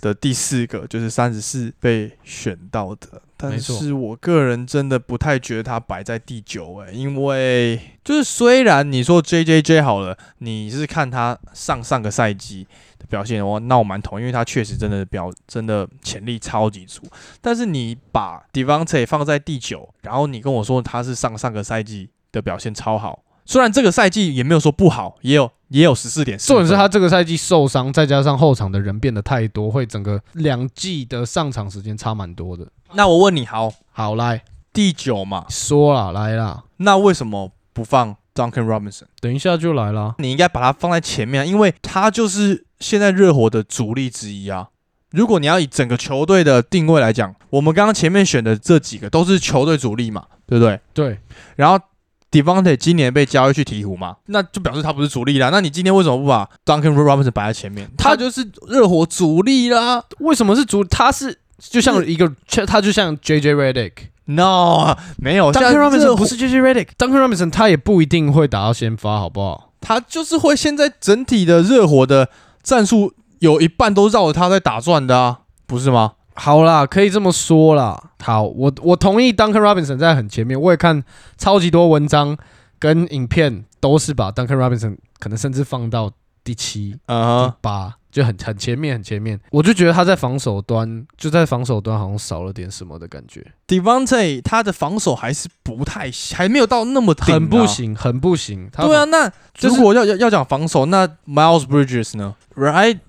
[SPEAKER 2] 的第四个，就是三十四被选到的。但
[SPEAKER 3] 没错
[SPEAKER 2] 是我个人真的不太觉得他摆在第九诶、因为就是虽然你说 J J J 好了，你是看他上上个赛季的表现，我那我蛮同意，因为他确实真的表真的潜力超级足。但是你把 Devante 放在第九，然后你跟我说他是上上个赛季的表现超好，虽然这个赛季也没有说不好，也有也有十四点，
[SPEAKER 3] 重点是他这个赛季受伤，再加上后场的人变得太多，会整个两季的上场时间差蛮多的。
[SPEAKER 2] 那我问你，好，
[SPEAKER 3] 好，来
[SPEAKER 2] 第九嘛，
[SPEAKER 3] 说啦，来啦，
[SPEAKER 2] 那为什么不放 Duncan Robinson？
[SPEAKER 3] 等一下就来啦。
[SPEAKER 2] 你应该把他放在前面啊，因为他就是现在热火的主力之一啊。如果你要以整个球队的定位来讲，我们刚刚前面选的这几个都是球队主力嘛，对不对？
[SPEAKER 3] 对，
[SPEAKER 2] 然后 Devante 今年被交易去鹈鹕嘛，那就表示他不是主力啦。那你今天为什么不把 Duncan Robinson 摆在前面？
[SPEAKER 3] 他
[SPEAKER 2] 他就是热火主力啦。
[SPEAKER 3] 为什么是主？他是就像一个，他就像 J J Redick。
[SPEAKER 2] No，啊没有，像
[SPEAKER 3] Duncan
[SPEAKER 2] 热
[SPEAKER 3] Robinson
[SPEAKER 2] 火
[SPEAKER 3] 不是 J J Redick，Duncan Robinson 他也不一定会打到先发，好不好？
[SPEAKER 2] 他就是会现在整体的热火的战术有一半都绕着他在打转的啊，不是吗？
[SPEAKER 3] 好啦，可以这么说啦。好，我我同意 Duncan Robinson 在很前面，我也看超级多文章跟影片，都是把 Duncan Robinson 可能甚至放到第七、
[SPEAKER 2] 嗯
[SPEAKER 3] 第八，就很很前面，很前面。我就觉得他在防守端，就在防守端好像少了点什么的感觉，
[SPEAKER 2] ，Devante 他的防守还是不太，还没有到那么顶、啊
[SPEAKER 3] 很不。行，很不行。他
[SPEAKER 2] 对啊，那
[SPEAKER 3] 就是
[SPEAKER 2] 如果要要要讲防守，那 Miles Bridges 呢？Right，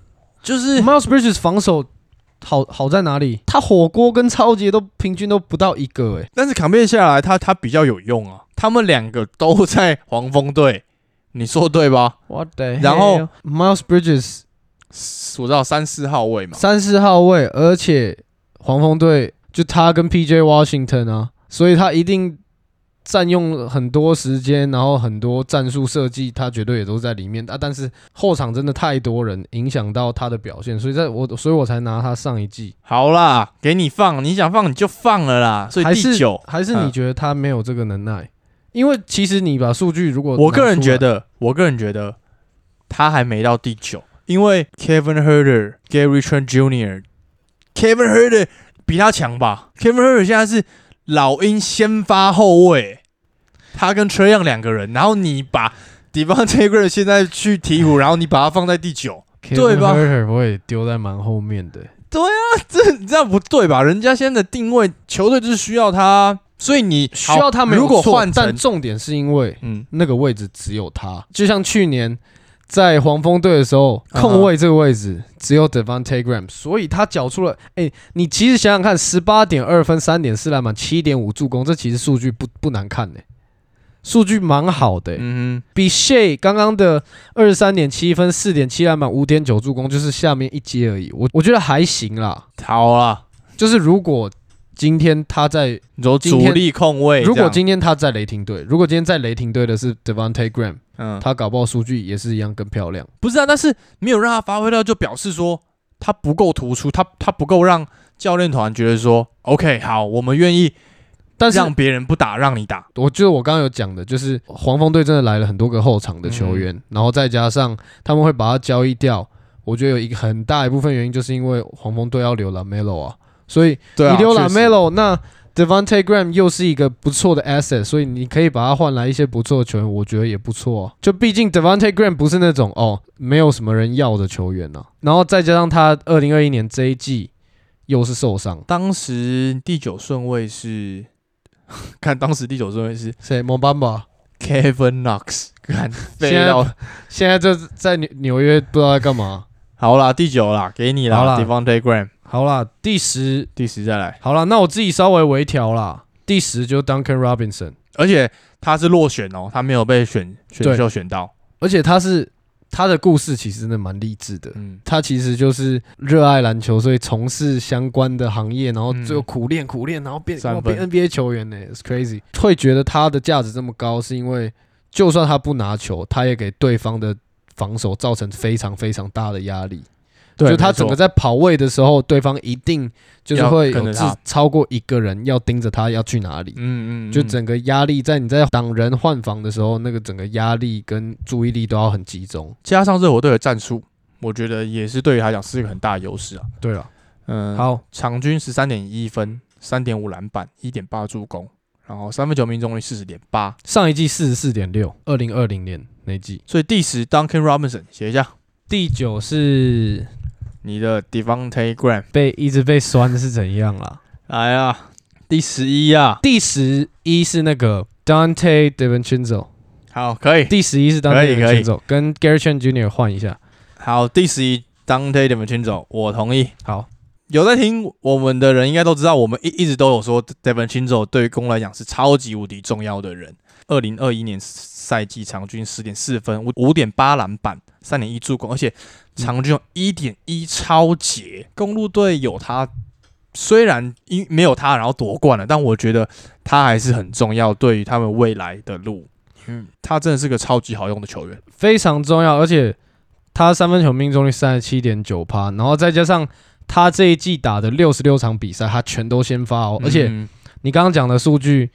[SPEAKER 2] 就是
[SPEAKER 3] ，Miles Bridges 防守好好在哪里？他火锅跟超级都平均都不到一个、欸，
[SPEAKER 2] 但是 compare 下来，他他比较有用啊。他们两个都在黄蜂队，你说对吧？
[SPEAKER 3] 我的，
[SPEAKER 2] 然后
[SPEAKER 3] Miles Bridges
[SPEAKER 2] 我知道三四号位嘛，
[SPEAKER 3] 三四号位，而且黄蜂队就他跟 P.J. Washington 啊，所以他一定占用很多时间，然后很多战术设计，他绝对也都在里面啊。但是后场真的太多人影响到他的表现，所以在我，所以我才拿他上一季。
[SPEAKER 2] 好啦，给你放，你想放你就放了啦。所以
[SPEAKER 3] 还
[SPEAKER 2] 第
[SPEAKER 3] 是
[SPEAKER 2] 九，
[SPEAKER 3] 还是你
[SPEAKER 2] 嗯
[SPEAKER 3] 觉得他没有这个能耐？因为其实你把数据如果
[SPEAKER 2] 我个人
[SPEAKER 3] 拿出来
[SPEAKER 2] 觉得，我个人觉得他还没到第九，因为 Kevin Herter、Gary Trent Jr.、Kevin Herter 比他强吧？Kevin Herter 现在是老鹰先发后卫，他跟 Trey Young 两个人，然后你把 Devontae Graham 现在去鹈鹕，然后你把他放在第九， [laughs]
[SPEAKER 3] Kevin
[SPEAKER 2] 对吧
[SPEAKER 3] Herter 我也丢在蛮后面的。
[SPEAKER 2] 你这样不对吧？人家现在的定位，球队就是需要他，所以你
[SPEAKER 3] 需要他没有
[SPEAKER 2] 如果
[SPEAKER 3] 错
[SPEAKER 2] 换
[SPEAKER 3] 但
[SPEAKER 2] 成
[SPEAKER 3] 重点是因为
[SPEAKER 2] 嗯，
[SPEAKER 3] 那个位置只有他。就像去年在黄蜂队的时候，
[SPEAKER 2] 嗯哼
[SPEAKER 3] 控卫这个位置只有 Devonte Graham，所以他缴出了。哎、你其实想想看，十八点二分、三点四篮板、七点五助攻，这其实数据不不难看呢、数据蛮好的、欸
[SPEAKER 2] 嗯哼，
[SPEAKER 3] 比 Shea 刚刚的二十三点七分、四点七篮板、五点九助攻，就是下面一阶而已。我我觉得还行啦，
[SPEAKER 2] 好啦，
[SPEAKER 3] 就是如果今天他在，
[SPEAKER 2] 啊你说
[SPEAKER 3] 今天
[SPEAKER 2] 主力控卫这样，
[SPEAKER 3] 如果今天他在雷霆队，如果今天在雷霆队的是 Devonte Graham，
[SPEAKER 2] 嗯，
[SPEAKER 3] 他搞不好数据也是一样更漂亮。
[SPEAKER 2] 不是啊，但是没有让他发挥到，就表示说他不够突出，他他不够让教练团觉得说 OK 好，我们愿意
[SPEAKER 3] 但是
[SPEAKER 2] 让别人不打，让你打。
[SPEAKER 3] 我觉得我刚刚有讲的，就是黄蜂队真的来了很多个后场的球员，然后再加上他们会把他交易掉，我觉得有一个很大一部分原因就是因为黄蜂队要留 Lamelo 啊，所以
[SPEAKER 2] 对
[SPEAKER 3] 你留
[SPEAKER 2] 确实
[SPEAKER 3] Lamelo，那 Devonte Graham 又是一个不错的 asset，所以你可以把它换来一些不错的球员，我觉得也不错、啊。就毕竟 Devonte Graham 不是那种哦没有什么人要的球员啊，然后再加上他二零二一年这一季又是受伤，
[SPEAKER 2] 当时第九顺位是， [laughs] 看当时第九顺位是
[SPEAKER 3] 谁 m o b a m b a
[SPEAKER 2] Kevin Knox，看
[SPEAKER 3] 现
[SPEAKER 2] 飞
[SPEAKER 3] 在
[SPEAKER 2] 到
[SPEAKER 3] 现在就在纽纽约不知道在干嘛。
[SPEAKER 2] 好啦，第九啦，给你
[SPEAKER 3] 好
[SPEAKER 2] 啦
[SPEAKER 3] 啦
[SPEAKER 2] d e v o n t e Graham
[SPEAKER 3] 好啦，第十，
[SPEAKER 2] 第十再来，
[SPEAKER 3] 好啦，那我自己稍微微调啦。第十就是 Duncan Robinson，
[SPEAKER 2] 而且他是落选哦，他没有被选选
[SPEAKER 3] 对
[SPEAKER 2] 秀选到，
[SPEAKER 3] 而且他是他的故事其实真的蛮励志的。
[SPEAKER 2] 嗯，
[SPEAKER 3] 他其实就是热爱篮球，所以从事相关的行业，然后
[SPEAKER 2] 嗯
[SPEAKER 3] 最后苦练苦练，然后变
[SPEAKER 2] 三
[SPEAKER 3] 哇
[SPEAKER 2] 分
[SPEAKER 3] 变 NBA 球员呢、i t s crazy。会觉得他的价值这么高，是因为就算他不拿球，他也给对方的防守造成非常非常大的压力。就他
[SPEAKER 2] 没错
[SPEAKER 3] 整个在跑位的时候，对方一定就是
[SPEAKER 2] 要
[SPEAKER 3] 会
[SPEAKER 2] 跟
[SPEAKER 3] 有
[SPEAKER 2] 着
[SPEAKER 3] 至
[SPEAKER 2] 他
[SPEAKER 3] 超过一个人要盯着他要去哪里。
[SPEAKER 2] 嗯嗯，嗯
[SPEAKER 3] 就整个压力在你在挡人换防的时候，那个整个压力跟注意力都要很集中。
[SPEAKER 2] 加上热火队的战术，我觉得也是对于他来讲是一个很大的优势啊。
[SPEAKER 3] 对了，
[SPEAKER 2] 嗯，，
[SPEAKER 3] 好，
[SPEAKER 2] 场均十三点一分，三点五篮板，一点八助攻，然后三分球命中率四十点八，
[SPEAKER 3] 上一季四十四点六，二零二零年那一季。
[SPEAKER 2] 所以第十 Duncan Robinson 写一下
[SPEAKER 3] 第九是
[SPEAKER 2] 你的 Devonte Graham，
[SPEAKER 3] 被一直被酸是怎样啦？
[SPEAKER 2] 来啊，第十一啊，
[SPEAKER 3] 第十一是那个 Dante DiVincenzo，
[SPEAKER 2] 好，可以，
[SPEAKER 3] 第十一是
[SPEAKER 2] 可
[SPEAKER 3] Dante
[SPEAKER 2] 以可以
[SPEAKER 3] DiVincenzo，跟 Gary Trent Jr. 换一下。
[SPEAKER 2] 好，第十一 Dante DiVincenzo，我同意。
[SPEAKER 3] 好，
[SPEAKER 2] 有在听我们的人应该都知道，我们一一直都有说 Devin c h i n z o 对于公来讲是超级无敌重要的人。二零二一年赛季场均十点四分，五五点八篮板，三点一助攻，而且场均有一点一超节。公路队有他，虽然因没有他然后夺冠了，但我觉得他还是很重要，对于他们未来的路。嗯，他真的是个超级好用的球员。
[SPEAKER 3] 非常重要，而且他三分球命中率三十七点九趴，然后再加上他这一季打的六十六场比赛，他全都先发哦，而且
[SPEAKER 2] 嗯
[SPEAKER 3] 你刚刚讲的数据，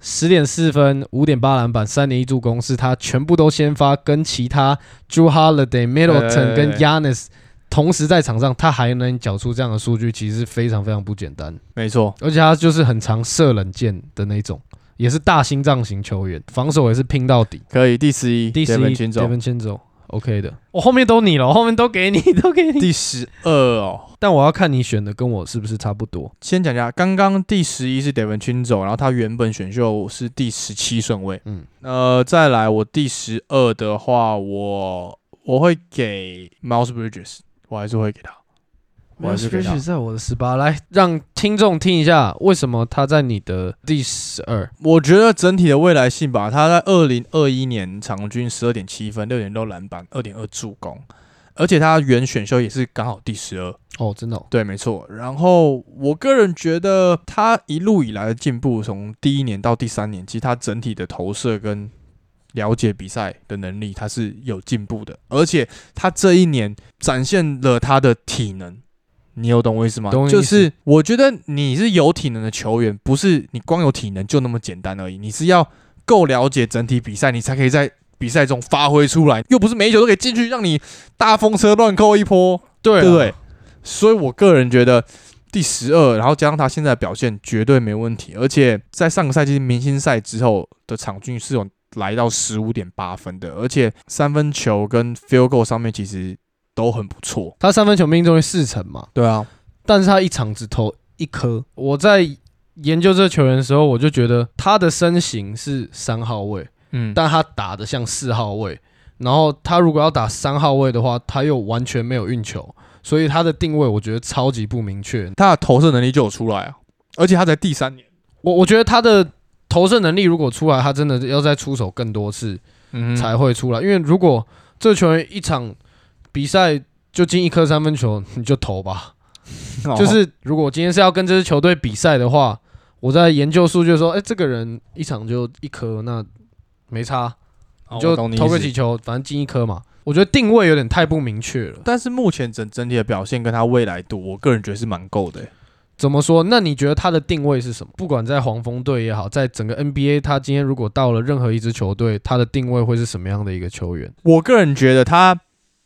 [SPEAKER 3] 十点四分、五点八篮板、三点一助攻，是他全部都先发，跟其他 Drew Holiday、Middleton
[SPEAKER 2] 对对对
[SPEAKER 3] 跟 Yanis 同时在场上，他还能缴出这样的数据，其实是非常非常不简单。
[SPEAKER 2] 没错，
[SPEAKER 3] 而且他就是很常射冷箭的那种，也是大心脏型球员，防守也是拼到底。
[SPEAKER 2] 可以第十一
[SPEAKER 3] 第十
[SPEAKER 2] ，Devin
[SPEAKER 3] 一
[SPEAKER 2] c h i n z o
[SPEAKER 3] ，Devin 牵走，OK 的。我后面都你了，我后面都给你，都给你。
[SPEAKER 2] 第十二哦，
[SPEAKER 3] [laughs] 但我要看你选的跟我是不是差不多。
[SPEAKER 2] 先讲一下，刚刚第十一是 Devin c h i n z o 然后他原本选秀是第十七顺位。
[SPEAKER 3] 嗯，
[SPEAKER 2] 呃，再来我第十二的话，我我会给 Miles Bridges，我还是会给他。我还是给他
[SPEAKER 3] Miles Bridges 在我的十八，来让听众听一下，为什么他在你的第十二？
[SPEAKER 2] 我觉得整体的未来性吧，他在二零二一年场均十二点七分、六点六篮板、二点二助攻，而且他原选秀也是刚好第十二。
[SPEAKER 3] 哦，真的、哦，
[SPEAKER 2] 对，没错。然后我个人觉得他一路以来的进步，从第一年到第三年，其实他整体的投射跟了解比赛的能力，他是有进步的。而且他这一年展现了他的体能，你有懂我意思吗？
[SPEAKER 3] 懂你意思
[SPEAKER 2] 就是我觉得你是有体能的球员，不是你光有体能就那么简单而已，你是要够了解整体比赛，你才可以在。比赛中发挥出来，又不是每一球都可以进去，让你大风车乱扣一波。
[SPEAKER 3] 对啊
[SPEAKER 2] 对不对？所以我个人觉得第十二，然后加上他现在的表现绝对没问题，而且在上个赛季明星赛之后的场均是有来到十五点八分的，而且三分球跟 field goal 上面其实都很不错。
[SPEAKER 3] 他三分球命中率四成嘛，
[SPEAKER 2] 对啊，
[SPEAKER 3] 但是他一场只投一颗。我在研究这个球员的时候，我就觉得他的身形是三号位，
[SPEAKER 2] 嗯，
[SPEAKER 3] 但他打的像四号位。然后他如果要打三号位的话，他又完全没有运球，所以他的定位我觉得超级不明确。
[SPEAKER 2] 他的投射能力就有出来啊，而且他才第三年，
[SPEAKER 3] 我我觉得他的投射能力如果出来，他真的要再出手更多次，
[SPEAKER 2] 嗯
[SPEAKER 3] 才会出来。因为如果这球员一场比赛就进一颗三分球，你就投吧。
[SPEAKER 2] 哦
[SPEAKER 3] 就是如果我今天是要跟这支球队比赛的话，我在研究数据说，哎、这个人一场就一颗，那没差，
[SPEAKER 2] 哦
[SPEAKER 3] 你就
[SPEAKER 2] 我懂你
[SPEAKER 3] 投
[SPEAKER 2] 意
[SPEAKER 3] 个
[SPEAKER 2] 思
[SPEAKER 3] 几球，反正进一颗嘛。我觉得定位有点太不明确了。
[SPEAKER 2] 但是目前整整体的表现跟他未来度，我个人觉得是蛮够的欸、
[SPEAKER 3] 怎么说？那你觉得他的定位是什么？不管在黄蜂队也好，在整个 NBA，他今天如果到了任何一支球队，他的定位会是什么样的一个球员？
[SPEAKER 2] 我个人觉得他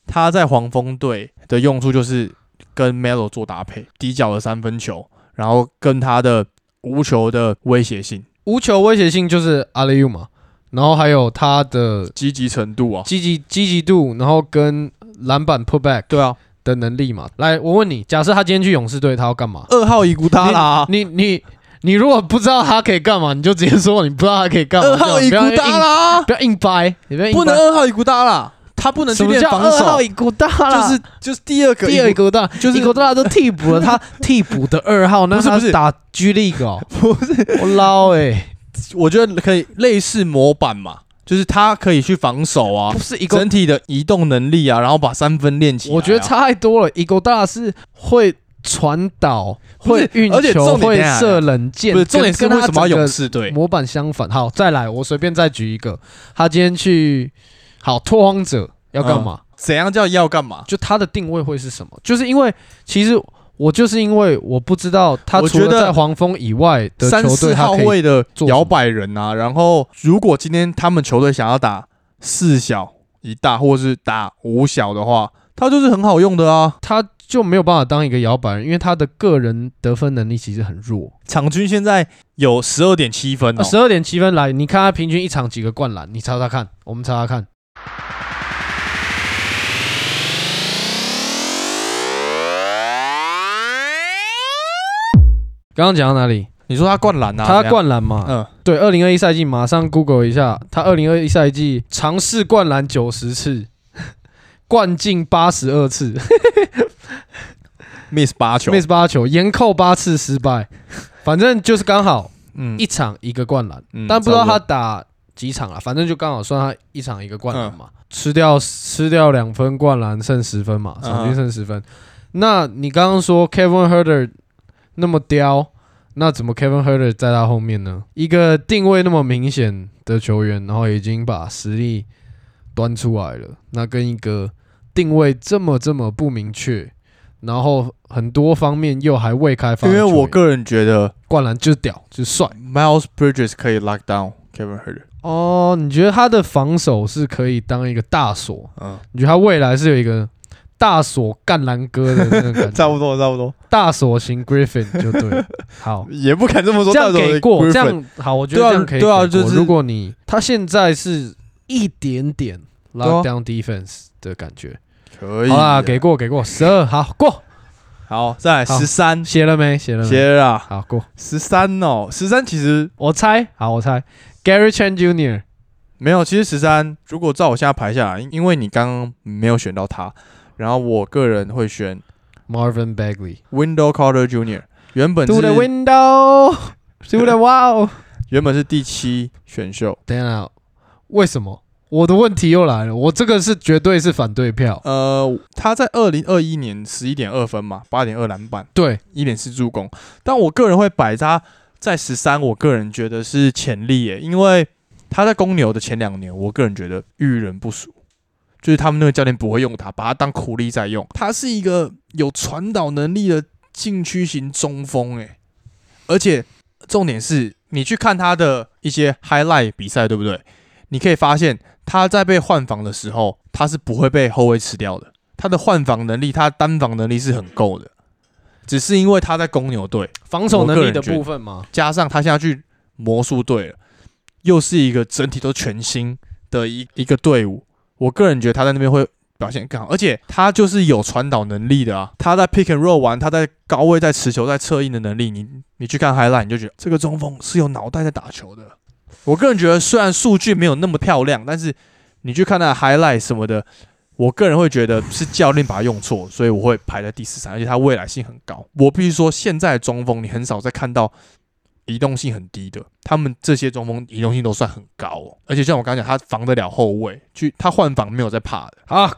[SPEAKER 2] 他在黄蜂队的用处就是跟 Melo 做搭配，底角的三分球，然后跟他的无球的威胁性、
[SPEAKER 3] 无球威胁性就是阿雷 u 嘛，然后还有他的
[SPEAKER 2] 积极程度啊。
[SPEAKER 3] 积极积极度，然后跟篮板 putback
[SPEAKER 2] 对啊，
[SPEAKER 3] 的能力嘛。来，我问你，假设他今天去勇士队，他要干嘛？
[SPEAKER 2] 二号伊古达拉，啊
[SPEAKER 3] 你你你如果不知道他可以干嘛，你就直接说你不知道他可以干嘛。
[SPEAKER 2] 二号伊
[SPEAKER 3] 这样
[SPEAKER 2] 古
[SPEAKER 3] 不要硬
[SPEAKER 2] 达拉，啊
[SPEAKER 3] 不要硬掰，你不要硬掰
[SPEAKER 2] 不能二号伊古达拉，他不能去
[SPEAKER 3] 什么
[SPEAKER 2] 练
[SPEAKER 3] 叫
[SPEAKER 2] 防
[SPEAKER 3] 二
[SPEAKER 2] 守
[SPEAKER 3] 号，一股大啦？
[SPEAKER 2] 就是就是第二个
[SPEAKER 3] 第二
[SPEAKER 2] 伊古
[SPEAKER 3] 股大，
[SPEAKER 2] 就是
[SPEAKER 3] 一股大都替补
[SPEAKER 2] [laughs]
[SPEAKER 3] 了，他替补的二号，那
[SPEAKER 2] 不是
[SPEAKER 3] 他
[SPEAKER 2] 不是
[SPEAKER 3] 打 G League 哦，不是我捞哎，
[SPEAKER 2] 我觉得可以类似模板嘛，就是他可以去防守啊
[SPEAKER 3] 不，是一个
[SPEAKER 2] 整，体的移动能力啊，然后把三分练起来啊、
[SPEAKER 3] 我觉得差太多了，一股大是会。传导
[SPEAKER 2] 不是
[SPEAKER 3] 会运
[SPEAKER 2] 而且
[SPEAKER 3] 球
[SPEAKER 2] 重点
[SPEAKER 3] 会
[SPEAKER 2] 等一下
[SPEAKER 3] 射冷箭，
[SPEAKER 2] 不是重点是
[SPEAKER 3] 跟跟
[SPEAKER 2] 为
[SPEAKER 3] 他
[SPEAKER 2] 什么要
[SPEAKER 3] 整个
[SPEAKER 2] 勇士队？
[SPEAKER 3] 模板相反。好，再来，我随便再举一个，他今天去好拓荒者要干嘛？
[SPEAKER 2] 怎样叫要干嘛？
[SPEAKER 3] 就他的定位会是什么？就是因为其实我就是因为我不知道他
[SPEAKER 2] 我
[SPEAKER 3] 除
[SPEAKER 2] 觉
[SPEAKER 3] 了
[SPEAKER 2] 得
[SPEAKER 3] 在黄蜂以外的
[SPEAKER 2] 三
[SPEAKER 3] 球
[SPEAKER 2] 四
[SPEAKER 3] 队，他
[SPEAKER 2] 号
[SPEAKER 3] 可以
[SPEAKER 2] 位的
[SPEAKER 3] 做什么
[SPEAKER 2] 摇摆人啊，然后如果今天他们球队想要打四小一大，或是打五小的话，他就是很好用的啊。
[SPEAKER 3] 他就没有办法当一个摇摆人，因为他的个人得分能力其实很弱。
[SPEAKER 2] 场均现在有十二点七分哦，
[SPEAKER 3] 啊十二点七分来，你看他平均一场几个灌篮，你查查看，我们查查看。刚刚讲到哪里？
[SPEAKER 2] 你说他灌篮啊？
[SPEAKER 3] 他
[SPEAKER 2] 怎样，
[SPEAKER 3] 灌篮嘛，
[SPEAKER 2] 嗯，
[SPEAKER 3] 对，二零二一赛季马上 Google 一下，他二零二一赛季尝试灌篮九十次， [laughs] 灌进八十二次
[SPEAKER 2] ，miss 八
[SPEAKER 3] [laughs]
[SPEAKER 2] 球，
[SPEAKER 3] ，miss 八球，严扣八次失败，反正就是刚好
[SPEAKER 2] 嗯
[SPEAKER 3] 一场一个灌篮，
[SPEAKER 2] 嗯
[SPEAKER 3] 但不知道
[SPEAKER 2] 差
[SPEAKER 3] 他
[SPEAKER 2] 多
[SPEAKER 3] 打几场了，反正就刚好算他一场一个灌篮
[SPEAKER 2] 嗯
[SPEAKER 3] 嘛，吃掉吃掉两分灌篮，剩十分
[SPEAKER 2] 嗯
[SPEAKER 3] 嘛，场均剩十分。那你刚刚说 Kevin Herder 那么刁，那怎么 Kevin Herder 在他后面呢？一个定位那么明显的球员，然后已经把实力端出来了，那跟一个定位这么这么不明确。然后很多方面又还未开发的
[SPEAKER 2] 因
[SPEAKER 3] 球
[SPEAKER 2] 为
[SPEAKER 3] 员，
[SPEAKER 2] 我个人觉得
[SPEAKER 3] 灌篮就是屌，就是帅。
[SPEAKER 2] Miles Bridges 可以 lock down Kevin Herter，
[SPEAKER 3] 哦，你觉得他的防守是可以当一个大锁？
[SPEAKER 2] 嗯，
[SPEAKER 3] 你觉得他未来是有一个大锁干篮哥的那种
[SPEAKER 2] [laughs]
[SPEAKER 3] 感觉，
[SPEAKER 2] 不多差不多，
[SPEAKER 3] 大锁型 Griffin 就
[SPEAKER 2] [laughs]
[SPEAKER 3] 对了。好，
[SPEAKER 2] 也不敢这么说，
[SPEAKER 3] 这样
[SPEAKER 2] 但是我
[SPEAKER 3] 给
[SPEAKER 2] 的
[SPEAKER 3] 过，
[SPEAKER 2] Griffin
[SPEAKER 3] 这样好，我觉得
[SPEAKER 2] 对啊
[SPEAKER 3] 这样可以
[SPEAKER 2] 对啊
[SPEAKER 3] 给过
[SPEAKER 2] 就是
[SPEAKER 3] 如果你他现在是一点点
[SPEAKER 2] 啊
[SPEAKER 3] lockdown defense 的感觉，
[SPEAKER 2] 可以
[SPEAKER 3] 好啦，给过给过十二，好过，
[SPEAKER 2] 好，再来
[SPEAKER 3] 好
[SPEAKER 2] 十三，
[SPEAKER 3] 写了没？写了没？
[SPEAKER 2] 接着啊，
[SPEAKER 3] 好过，
[SPEAKER 2] 十三哦，十三其实
[SPEAKER 3] 我猜，好，我猜 Gary Chen Jr.
[SPEAKER 2] 没有，其实十三如果照我现在排下来，因因为你刚刚没有选到他，然后我个人会选
[SPEAKER 3] Marvin Bagley
[SPEAKER 2] Window Carter Jr.，原本
[SPEAKER 3] to the
[SPEAKER 2] 是
[SPEAKER 3] window to the wall。
[SPEAKER 2] 原本是第七选秀，
[SPEAKER 3] 等一下，为什么？我的问题又来了，我这个是绝对是反对票。
[SPEAKER 2] 呃，他在二零二一年十一点二分嘛，八点二篮板，
[SPEAKER 3] 对，
[SPEAKER 2] 一点四助攻，但我个人会摆他在十三，我个人觉得是潜力耶，因为他在公牛的前两年，我个人觉得遇人不淑，就是他们那个教练不会用他，把他当苦力在用。他是一个有传导能力的禁区型中锋，诶，而且重点是你去看他的一些 highlight 比赛，对不对？你可以发现他在被换防的时候，他是不会被后卫吃掉的。他的换防能力，他单防能力是很够的，只是因为他在公牛队，
[SPEAKER 3] 防守能力的部分嘛，
[SPEAKER 2] 加上他现在去魔术队了，又是一个整体都全新的一一个队伍。我个人觉得他在那边会表现更好，而且他就是有传导能力的啊。他在 pick and roll 玩，他在高位在持球在策应的能力，你你去看 highlight 你就觉得这个中锋是有脑袋在打球的。我个人觉得虽然数据没有那么漂亮，但是你去看他的 highlight 什么的。我个人会觉得是教练把他用错，所以我会排在第十三，而且他未来性很高。我必须说，现在的中锋你很少再看到移动性很低的，他们这些中锋移动性都算很高、哦，而且像我刚刚讲，他防得了后卫，去他换防没有在怕的。
[SPEAKER 3] 啊，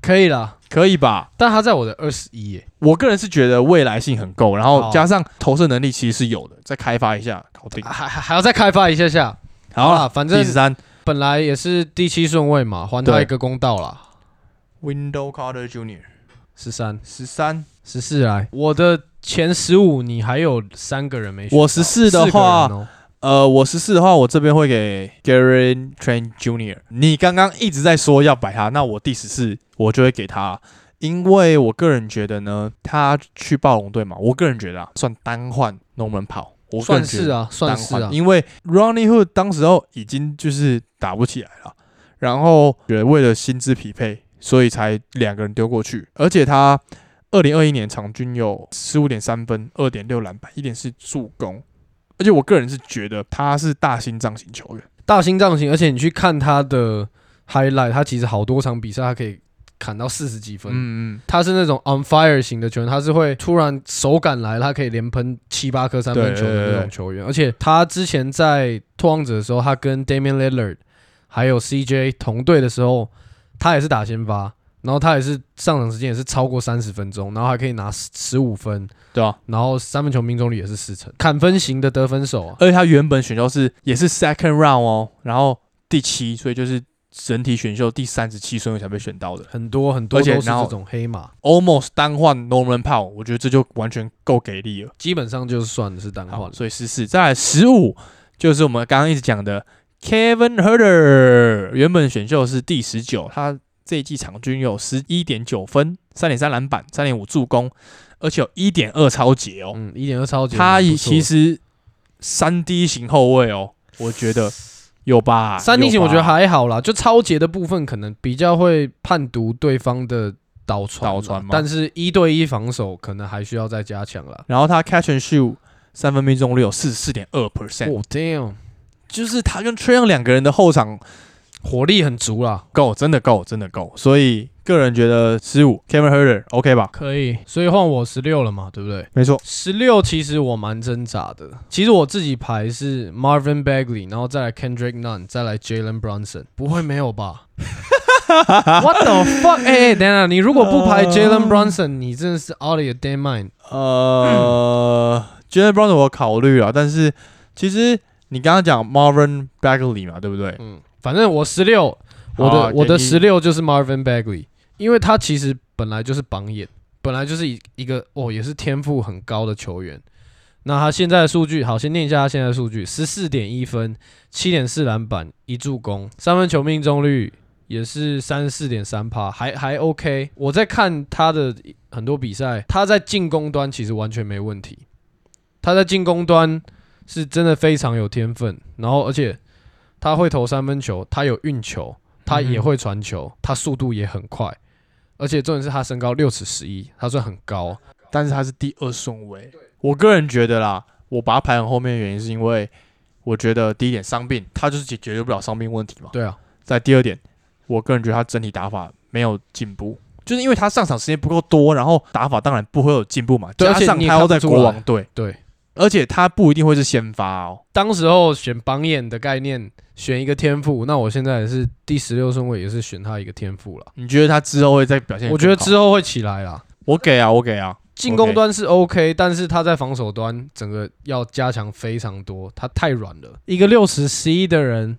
[SPEAKER 3] 可以啦，
[SPEAKER 2] 可以吧？
[SPEAKER 3] 但他在我的二十一耶，
[SPEAKER 2] 我个人是觉得未来性很够，然后
[SPEAKER 3] 好
[SPEAKER 2] 加上投射能力其实是有的，再开发一下搞定。
[SPEAKER 3] 还还还要再开发一下下。
[SPEAKER 2] 啊好
[SPEAKER 3] 啦，
[SPEAKER 2] 了，
[SPEAKER 3] 反
[SPEAKER 2] 第
[SPEAKER 3] 正
[SPEAKER 2] 十三
[SPEAKER 3] 本来也是第七顺位嘛，还他
[SPEAKER 2] 对
[SPEAKER 3] 一个公道啦。
[SPEAKER 2] ，Window Carter Junior
[SPEAKER 3] 十三、
[SPEAKER 2] 十三，
[SPEAKER 3] 十四来，我的前十五你还有三个人没选到。
[SPEAKER 2] 我14的话
[SPEAKER 3] 四个人哦
[SPEAKER 2] 呃，我十四的话，我这边会给 Gary Train Junior。你刚刚一直在说要摆他，那我第十四我就会给他，因为我个人觉得呢，他去暴龙队嘛，我个人觉得啊，算单换龙门跑，我个人
[SPEAKER 3] 算
[SPEAKER 2] 觉得
[SPEAKER 3] 是啊，算
[SPEAKER 2] 单
[SPEAKER 3] 是
[SPEAKER 2] 换，
[SPEAKER 3] 啊。
[SPEAKER 2] 因为 Ronnie Hood 当时候已经就是打不起来了，然后觉得为了薪资匹配，所以才两个人丢过去，而且他二零二一年场均有十五点三分、二点六篮板、一点是助攻，而且我个人是觉得他是大心脏型球员，
[SPEAKER 3] 大心脏型，而且你去看他的 highlight，他其实好多场比赛他可以砍到四十几分。
[SPEAKER 2] 嗯嗯，
[SPEAKER 3] 他是那种 on fire 型的球员，他是会突然手感来，他可以连喷七八颗三分球的那种球员。而且他之前在拓荒者的时候，他跟 Damian Lillard 还有 CJ 同队的时候，他也是打先发，然后他也是上场时间也是超过三十分钟，然后还可以拿十五分，
[SPEAKER 2] 对啊，
[SPEAKER 3] 然后三分球命中率也是四成，砍分型的得分手啊。
[SPEAKER 2] 而且他原本选秀是也是 second round 哦，然后第七，所以就是整体选秀第三十七顺位才被选到的。
[SPEAKER 3] 很多很多
[SPEAKER 2] 而且
[SPEAKER 3] 都是
[SPEAKER 2] 然后
[SPEAKER 3] 这种黑马，
[SPEAKER 2] almost 单换 Norman Powell，我觉得这就完全够给力了。
[SPEAKER 3] 基本上就是算是单换
[SPEAKER 2] 好，
[SPEAKER 3] 了。
[SPEAKER 2] 所以十四，再来十五就是我们刚刚一直讲的 Kevin Herder，原本选秀是第十九，他这一季场均有十一点九分、三点三篮板、三点五助攻，而且有一点二超截哦。
[SPEAKER 3] 嗯，一点二超级，
[SPEAKER 2] 他
[SPEAKER 3] 也
[SPEAKER 2] 以
[SPEAKER 3] 不错
[SPEAKER 2] 其实三 D 型后卫哦，我觉得有吧。
[SPEAKER 3] 三 D 型
[SPEAKER 2] 有吧
[SPEAKER 3] 我觉得还好啦，就超节的部分可能比较会判读对方的导传
[SPEAKER 2] 导
[SPEAKER 3] 啦，
[SPEAKER 2] 传吗
[SPEAKER 3] 但是一对一防守可能还需要再加强啦。
[SPEAKER 2] 然后他 catch and shoot 三分命中率有四十四点二 percent，
[SPEAKER 3] 哦 damn，
[SPEAKER 2] 就是他跟 Trayon 两个人的后场
[SPEAKER 3] 火力很足啦，
[SPEAKER 2] 够，真的够，真的够。所以个人觉得十五 Kevin Herder OK 吧？
[SPEAKER 3] 可以，所以换我十六了嘛，对不对？
[SPEAKER 2] 没错，
[SPEAKER 3] 十六其实我蛮挣扎的，其实我自己排是 Marvin Bagley，然后再来 Kendrick Nunn，再来 Jalen Brunson，不会没有吧 [laughs] ？What the fuck？哎、哎等一下，你如果不排 Jalen Brunson，你真的是 out of your damn mind。
[SPEAKER 2] 呃 j a l e n Brown 我考虑啊，但是其实你刚刚讲 Marvin Bagley 嘛，对不对？
[SPEAKER 3] 嗯，反正我十六，
[SPEAKER 2] 好
[SPEAKER 3] 我
[SPEAKER 2] 啊
[SPEAKER 3] 的我的
[SPEAKER 2] 给你
[SPEAKER 3] 十六就是 Marvin Bagley，因为他其实本来就是榜眼，本来就是一一个哦也是天赋很高的球员。那他现在的数据，好，先念一下他现在的数据：十四点一分，七点四篮板，一助攻，三分球命中率也是三十四点三趴，还还 OK。我在看他的很多比赛，他在进攻端其实完全没问题，他在进攻端是真的非常有天分，然后而且他会投三分球，他有运球，他也会传球，他速度也很快，而且重点是他身高六尺十一，他算很高。
[SPEAKER 2] 但是他是第二顺位，我个人觉得啦，我把他排很后面的原因是因为我觉得第一点伤病，他就是解解决不了伤病问题嘛。
[SPEAKER 3] 对啊，
[SPEAKER 2] 在第二点，我个人觉得他整体打法没有进步，就是因为他上场时间不够多，然后打法当然不会有进步嘛。
[SPEAKER 3] 对
[SPEAKER 2] 加
[SPEAKER 3] 而且
[SPEAKER 2] 上
[SPEAKER 3] 你
[SPEAKER 2] 他
[SPEAKER 3] 也看
[SPEAKER 2] 要
[SPEAKER 3] 不
[SPEAKER 2] 在
[SPEAKER 3] 出
[SPEAKER 2] 国
[SPEAKER 3] 来
[SPEAKER 2] 王队，
[SPEAKER 3] 对，
[SPEAKER 2] 而且他不一定会是先发哦。
[SPEAKER 3] 当时候选榜眼的概念，选一个天赋，那我现在也是第十六顺位，也是选他一个天赋了。
[SPEAKER 2] 你觉得他之后会再表现得
[SPEAKER 3] 我
[SPEAKER 2] 更好？
[SPEAKER 3] 觉得之后会起来啦，
[SPEAKER 2] 我给啊，我给啊，
[SPEAKER 3] 进攻端是 OK，但是他在防守端整个要加强非常多，他太软了。一个六尺十一的人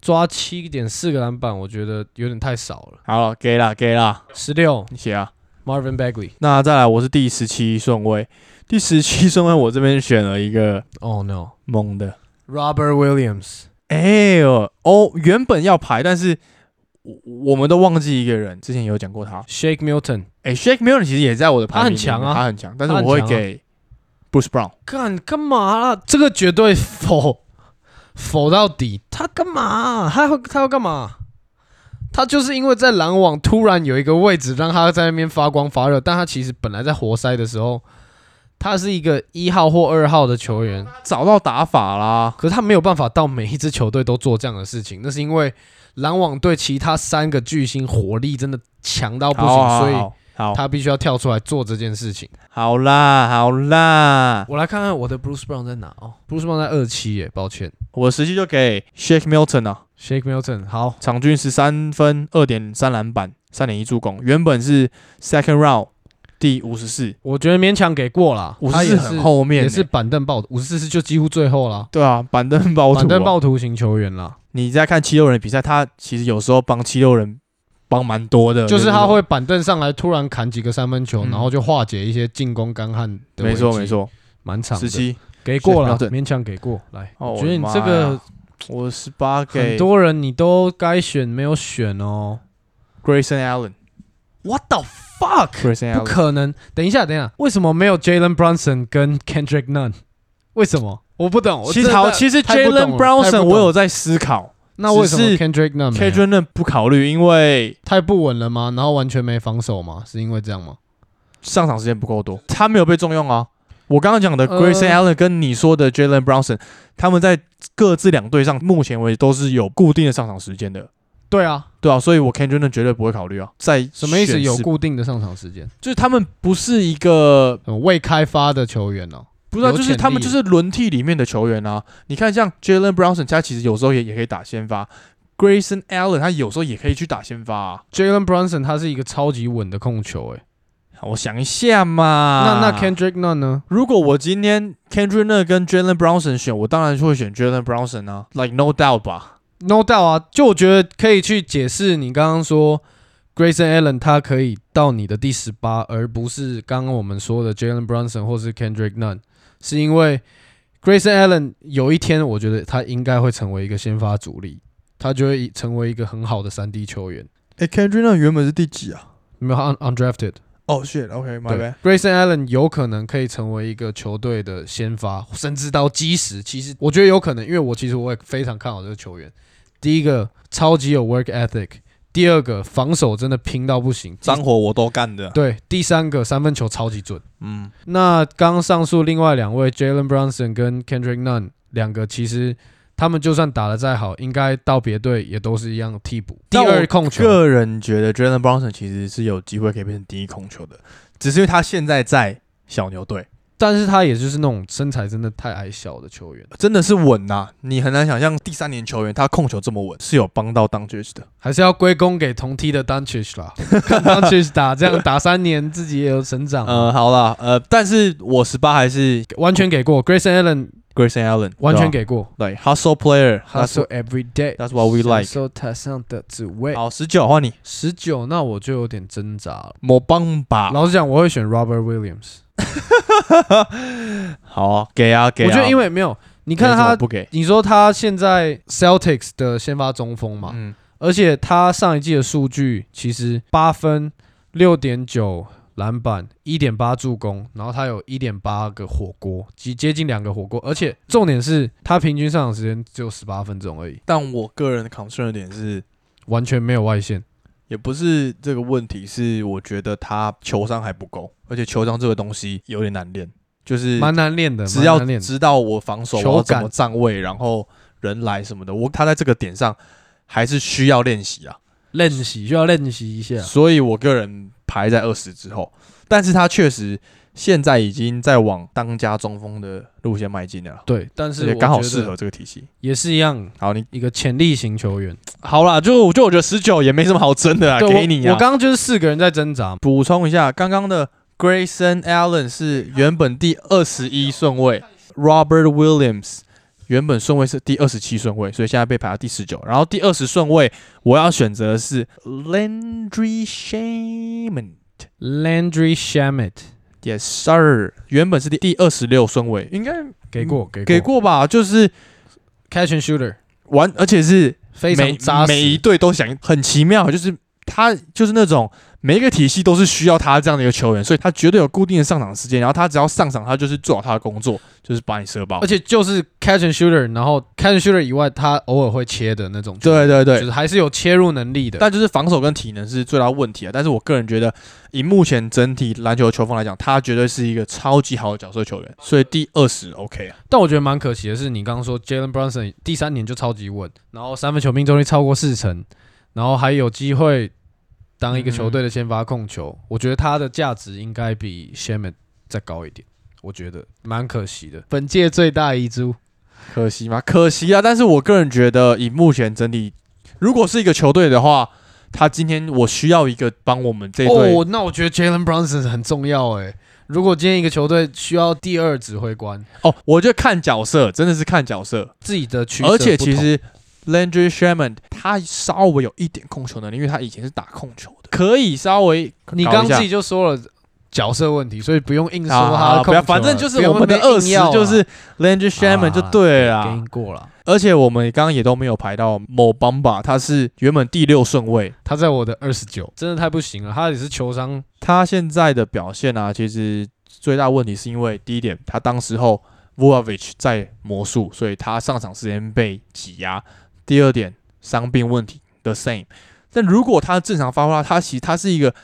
[SPEAKER 3] 抓七点四个篮板，我觉得有点太少了。
[SPEAKER 2] 好了，给啦，给啦，
[SPEAKER 3] 十六
[SPEAKER 2] 你写啊。
[SPEAKER 3] Marvin Bagley，
[SPEAKER 2] 那再来，我是第十七顺位，第十七顺位我这边选了一个
[SPEAKER 3] 哦、no。
[SPEAKER 2] 懵的，
[SPEAKER 3] Robert Williams，
[SPEAKER 2] 哎呦，哦，原本要排，但是我我们都忘记一个人，之前有讲过他，
[SPEAKER 3] Shake Milton，
[SPEAKER 2] 哎、s h a k e Milton 其实也在我的排名
[SPEAKER 3] 他很强啊
[SPEAKER 2] 里面他很强，但是
[SPEAKER 3] 他很
[SPEAKER 2] 我会
[SPEAKER 3] 强啊
[SPEAKER 2] 给 Bruce Brown。
[SPEAKER 3] 干干嘛啊啦？这个绝对否否到底，他干嘛？啊他要他要干嘛？他就是因为在篮网突然有一个位置让他在那边发光发热，但他其实本来在活塞的时候，他是一个一号或二号的球员，
[SPEAKER 2] 找到打法啦，
[SPEAKER 3] 可是他没有办法到每一支球队都做这样的事情，那是因为篮网队其他三个巨星火力真的强哦到不行，
[SPEAKER 2] 好好啊
[SPEAKER 3] 所以
[SPEAKER 2] 好好
[SPEAKER 3] 他必须要跳出来做这件事情。
[SPEAKER 2] 好啦好啦，
[SPEAKER 3] 我来看看我的 Bruce Brown 在哪哦，Bruce Brown 在二期耶，抱歉。
[SPEAKER 2] 我实际就给 Shake Milton 啊，
[SPEAKER 3] Shake Milton 好，
[SPEAKER 2] 场均十三分、二点三篮板、三点一助攻，原本是 second round 第五十四，
[SPEAKER 3] 我觉得勉强给过啦。
[SPEAKER 2] 五
[SPEAKER 3] 他
[SPEAKER 2] 十
[SPEAKER 3] 也
[SPEAKER 2] 四
[SPEAKER 3] 是
[SPEAKER 2] 很后面、
[SPEAKER 3] 也是，板凳爆，五十四是就几乎最后啦，
[SPEAKER 2] 对啊，板凳暴徒、
[SPEAKER 3] 板凳暴徒型球员啦，
[SPEAKER 2] 你在看七六人的比赛，他其实有时候帮七六人帮蛮多的，
[SPEAKER 3] 就是
[SPEAKER 2] 那
[SPEAKER 3] 他
[SPEAKER 2] 种
[SPEAKER 3] 会板凳上来突然砍几个三分球，
[SPEAKER 2] 嗯
[SPEAKER 3] 然后就化解一些进攻干旱的
[SPEAKER 2] 没错
[SPEAKER 3] 危机
[SPEAKER 2] 没，错，
[SPEAKER 3] 蛮长
[SPEAKER 2] 十
[SPEAKER 3] 的，
[SPEAKER 2] 七，
[SPEAKER 3] 给过了，
[SPEAKER 2] Shake Milton
[SPEAKER 3] 勉强给过。来，
[SPEAKER 2] 哦
[SPEAKER 3] 我觉得你
[SPEAKER 2] 我的
[SPEAKER 3] 这个
[SPEAKER 2] 我十八
[SPEAKER 3] 很
[SPEAKER 2] 给
[SPEAKER 3] 多人你都该选没有选哦。
[SPEAKER 2] Grayson Allen，Grayson
[SPEAKER 3] What the fuck？不
[SPEAKER 2] Allen，
[SPEAKER 3] 可能！等一下，等一下，为什么没有 Jalen Brunson 跟 Kendrick Nunn？为什么？我不懂。我
[SPEAKER 2] 其
[SPEAKER 3] 真
[SPEAKER 2] 实
[SPEAKER 3] 的
[SPEAKER 2] 好，其实
[SPEAKER 3] 太不懂
[SPEAKER 2] Jalen
[SPEAKER 3] 了
[SPEAKER 2] Brunson
[SPEAKER 3] 太不懂
[SPEAKER 2] 我有在思考
[SPEAKER 3] 那为什么
[SPEAKER 2] 只是
[SPEAKER 3] Kendrick Nunn 没有
[SPEAKER 2] ，K. d r i n 不考虑，因为
[SPEAKER 3] 太不稳了吗？然后完全没防守吗？是因为这样吗？
[SPEAKER 2] 上场时间不够多，他没有被重用啊。我刚刚讲的
[SPEAKER 3] 呃
[SPEAKER 2] Grayson Allen 跟你说的 Jalen Brunson，他们在各自两队上，目前为止都是有固定的上场时间的，
[SPEAKER 3] 对啊，
[SPEAKER 2] 对啊，所以我 Ken d r i n 绝对不会考虑啊。在
[SPEAKER 3] 什么意思？
[SPEAKER 2] 选
[SPEAKER 3] 有
[SPEAKER 2] 四
[SPEAKER 3] 固定的上场时间？
[SPEAKER 2] 就是他们不是一个
[SPEAKER 3] 嗯未开发的球员哦。
[SPEAKER 2] 不知道，
[SPEAKER 3] 有
[SPEAKER 2] 就是
[SPEAKER 3] 潜
[SPEAKER 2] 他们
[SPEAKER 3] 力
[SPEAKER 2] 就是轮替里面的球员啊。你看，像 Jalen Brunson，他其实有时候也也可以打先发；Grayson Allen，他有时候也可以去打先发、啊。
[SPEAKER 3] Jalen Brunson 他是一个超级稳的控球、欸，啊
[SPEAKER 2] 我想一下嘛，
[SPEAKER 3] 那那 Kendrick Nunn 呢？
[SPEAKER 2] 如果我今天 Kendrick Nunn 跟 Jalen Brunson 选，我当然就会选 Jalen Brunson 啊，like no doubt 吧。
[SPEAKER 3] No doubt 啊，就我觉得可以去解释你刚刚说 Grayson Allen 他可以到你的第十八，而不是刚刚我们说的 Jalen Brunson 或是 Kendrick Nunn，是因为 Grayson Allen 有一天我觉得他应该会成为一个先发主力，他就会成为一个很好的三 D 球员，
[SPEAKER 2] 哎、k e n d r i c k Nunn 原本是第几啊？
[SPEAKER 3] 没有他 un undrafted。
[SPEAKER 2] 哦、shit，OK，my、
[SPEAKER 3] 对，Grayson Allen 有可能可以成为一个球队的先发，甚至到基石。其实我觉得有可能，因为我其实我也非常看好这个球员。第一个超级有 work ethic，第二个防守真的拼到不行，第
[SPEAKER 2] 活我都干的。
[SPEAKER 3] 对，第三个三分球超级准。
[SPEAKER 2] 嗯，
[SPEAKER 3] 那刚刚上述另外两位 Jalen Brunson 跟 Kendrick Nunn 两个，其实他们就算打得再好，应该到别队也都是一样的替补。第
[SPEAKER 2] 但我
[SPEAKER 3] 二控球，
[SPEAKER 2] 个人觉得 Jalen Brunson 其实是有机会可以变成第一控球的，只是因为他现在在小牛队。
[SPEAKER 3] 但是他也就是那种身材真的太矮小的球员。
[SPEAKER 2] 真的是稳呐、你很难想象第三年球员他控球这么稳，是有帮到当 judge 的。
[SPEAKER 3] 还是要归功给同梯的 Doncic 啦 [laughs] ，Doncic 打这样打三年，自己也有成长，啊
[SPEAKER 2] 呃，好啦，呃，但是我十八还是
[SPEAKER 3] 完全给过 Grayson Allen，
[SPEAKER 2] Grayson Allen，
[SPEAKER 3] 完全
[SPEAKER 2] 对吧
[SPEAKER 3] 给过。
[SPEAKER 2] 对 hustle player，
[SPEAKER 3] 他
[SPEAKER 2] that's
[SPEAKER 3] 说 every day，
[SPEAKER 2] that's what we like
[SPEAKER 3] 享受台上的滋味
[SPEAKER 2] what-。好，十九换你，
[SPEAKER 3] 十九，那我就有点挣扎了。
[SPEAKER 2] 某帮吧。
[SPEAKER 3] 老实讲，我会选 Robert Williams。
[SPEAKER 2] 好啊、给啊给啊。
[SPEAKER 3] 我觉得因为没有，你
[SPEAKER 2] 你
[SPEAKER 3] 看他，
[SPEAKER 2] 不给，
[SPEAKER 3] 你说他现在 Celtics 的先发中锋嘛，
[SPEAKER 2] 嗯，
[SPEAKER 3] 而且他上一季的数据其实八分、六点九篮板、一点八助攻，然后他有一点八个火锅，及接近两个火锅，而且重点是他平均上场时间只有十八分钟而已，
[SPEAKER 2] 但我个人的 concern 的点是，
[SPEAKER 3] 完全没有外线。
[SPEAKER 2] 也不是这个问题，是我觉得他球商还不够，而且球商这个东西有点难练，就是
[SPEAKER 3] 蛮难练的，
[SPEAKER 2] 只要
[SPEAKER 3] 蛮难练的
[SPEAKER 2] 知道我防守我要
[SPEAKER 3] 球
[SPEAKER 2] 怎
[SPEAKER 3] 感
[SPEAKER 2] 么站位，然后人来什么的，我他在这个点上还是需要练习啊。
[SPEAKER 3] 练习就要练习一下。
[SPEAKER 2] 所以我个人排在二十之后，但是他确实现在已经在往当家中锋的路线迈进了，
[SPEAKER 3] 对，但
[SPEAKER 2] 而
[SPEAKER 3] 是
[SPEAKER 2] 且
[SPEAKER 3] 我
[SPEAKER 2] 刚好
[SPEAKER 3] 觉得
[SPEAKER 2] 适合这个体系。
[SPEAKER 3] 也是一样
[SPEAKER 2] 好，你
[SPEAKER 3] 一个潜力型球员。
[SPEAKER 2] 好啦，就就我觉得十九也没什么好争的啦，
[SPEAKER 3] 对
[SPEAKER 2] 给你
[SPEAKER 3] 我
[SPEAKER 2] 啊。
[SPEAKER 3] 我刚刚就是四个人在挣扎嘛，
[SPEAKER 2] 补充一下，刚刚的 Grayson Allen 是原本第二十一顺位，Robert Williams 原本顺位是第二十七顺位，所以现在被排到第十九。然后第二十顺位我要选择的是 Landry Shaman。
[SPEAKER 3] Landry Shamit
[SPEAKER 2] Yes, sir。原本是第第二十六顺位，应该
[SPEAKER 3] 给过给
[SPEAKER 2] 嗯给过吧？就是
[SPEAKER 3] catch and shooter，
[SPEAKER 2] 完，而且是
[SPEAKER 3] 非
[SPEAKER 2] 每
[SPEAKER 3] 常扎实。
[SPEAKER 2] 每一队都想，很奇妙，就是他就是那种每一个体系都是需要他这样的一个球员，所以他绝对有固定的上场时间，然后他只要上场，他就是做好他的工作，就是把你射爆
[SPEAKER 3] 而。且就是 catch and shooter，然后 catch and shooter 以外，他偶尔会切的那种球
[SPEAKER 2] 对
[SPEAKER 3] 员，
[SPEAKER 2] 对
[SPEAKER 3] 就
[SPEAKER 2] 对，
[SPEAKER 3] 是还是有切入能力的。
[SPEAKER 2] 但就是防守跟体能是最大的问题啊。但是我个人觉得，以目前整体篮球球风来讲，他绝对是一个超级好的角色球员，所以第二十 OK 啊。
[SPEAKER 3] 但我觉得蛮可惜的是，你刚刚说 Jalen Brunson 第三年就超级稳，然后三分球命中率超过四成，然后还有机会当一个球队的先发控球，我觉得他的价值应该比 Shaman 再高一点，我觉得蛮可惜的。本届最大遗珠
[SPEAKER 2] 可惜吗？可惜啊！但是我个人觉得，以目前整体，如果是一个球队的话，他今天我需要一个帮我们这队、
[SPEAKER 3] 哦，那我觉得 Jalen Brunson 很重要哎。如果今天一个球队需要第二指挥官，
[SPEAKER 2] 哦，我觉得看角色真的是看角色，
[SPEAKER 3] 自己的取舍
[SPEAKER 2] 而且
[SPEAKER 3] 不
[SPEAKER 2] 其
[SPEAKER 3] 同
[SPEAKER 2] 实 Landry Shaman 他稍微有一点控球能力，因为他以前是打控球的，可以稍微
[SPEAKER 3] 你
[SPEAKER 2] 搞
[SPEAKER 3] 刚
[SPEAKER 2] 一下
[SPEAKER 3] 自己就说了角色问题，所以不用硬说
[SPEAKER 2] 啊
[SPEAKER 3] 他的控
[SPEAKER 2] 不
[SPEAKER 3] 球
[SPEAKER 2] 要，
[SPEAKER 3] 了。
[SPEAKER 2] 反正就是
[SPEAKER 3] 不要
[SPEAKER 2] 我们的
[SPEAKER 3] 那边
[SPEAKER 2] 二
[SPEAKER 3] 硬
[SPEAKER 2] 十
[SPEAKER 3] 要啊
[SPEAKER 2] 就是 Landry Shaman 就对了
[SPEAKER 3] 啊给
[SPEAKER 2] 啊
[SPEAKER 3] 你。过了。
[SPEAKER 2] 而且我们刚刚也都没有排到某 Bamba，他是原本第六顺位，
[SPEAKER 3] 他在我的二十九，真的太不行了。他也是球商，
[SPEAKER 2] 他现在的表现啊，其实最大问题是因为第一点，他当时候 Vujovic 在魔术，所以他上场时间被挤压；第二点，伤病问题 the same。但如果他正常发挥的话，他其实他是一个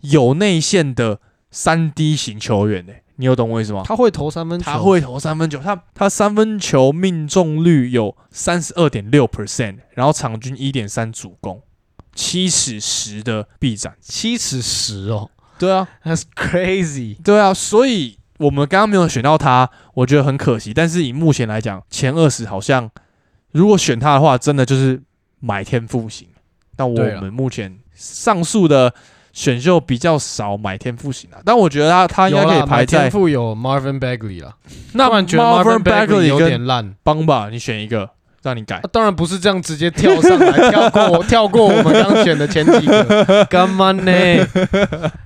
[SPEAKER 2] 有内线的三 D 型球员呢、欸你有懂我意思吗？
[SPEAKER 3] 他会投三分球，
[SPEAKER 2] 他会投三分球，他他三分球命中率有三十二点六 percent，然后场均一点三助攻，七尺十的臂展。
[SPEAKER 3] 七尺十哦
[SPEAKER 2] 对啊，
[SPEAKER 3] ，That's crazy。
[SPEAKER 2] 对啊，所以我们刚刚没有选到他，我觉得很可惜。但是以目前来讲，前二十好像如果选他的话，真的就是买天赋型。但我
[SPEAKER 3] 对啊
[SPEAKER 2] 们目前上述的选秀比较少买天赋型啊，但我觉得他他应该
[SPEAKER 3] 有
[SPEAKER 2] 可以
[SPEAKER 3] 啦
[SPEAKER 2] 排
[SPEAKER 3] 买天
[SPEAKER 2] 在
[SPEAKER 3] 赋有 Marvin Bagley 啦，
[SPEAKER 2] 那
[SPEAKER 3] 不然觉得
[SPEAKER 2] Marvin
[SPEAKER 3] Bagley 有
[SPEAKER 2] 跟
[SPEAKER 3] 点啊烂。
[SPEAKER 2] 邦吧，你选一个，让你改
[SPEAKER 3] 他。当然不是这样直接跳
[SPEAKER 2] [laughs]
[SPEAKER 3] 上来，跳过跳过我们刚选的前几个，干嘛呢？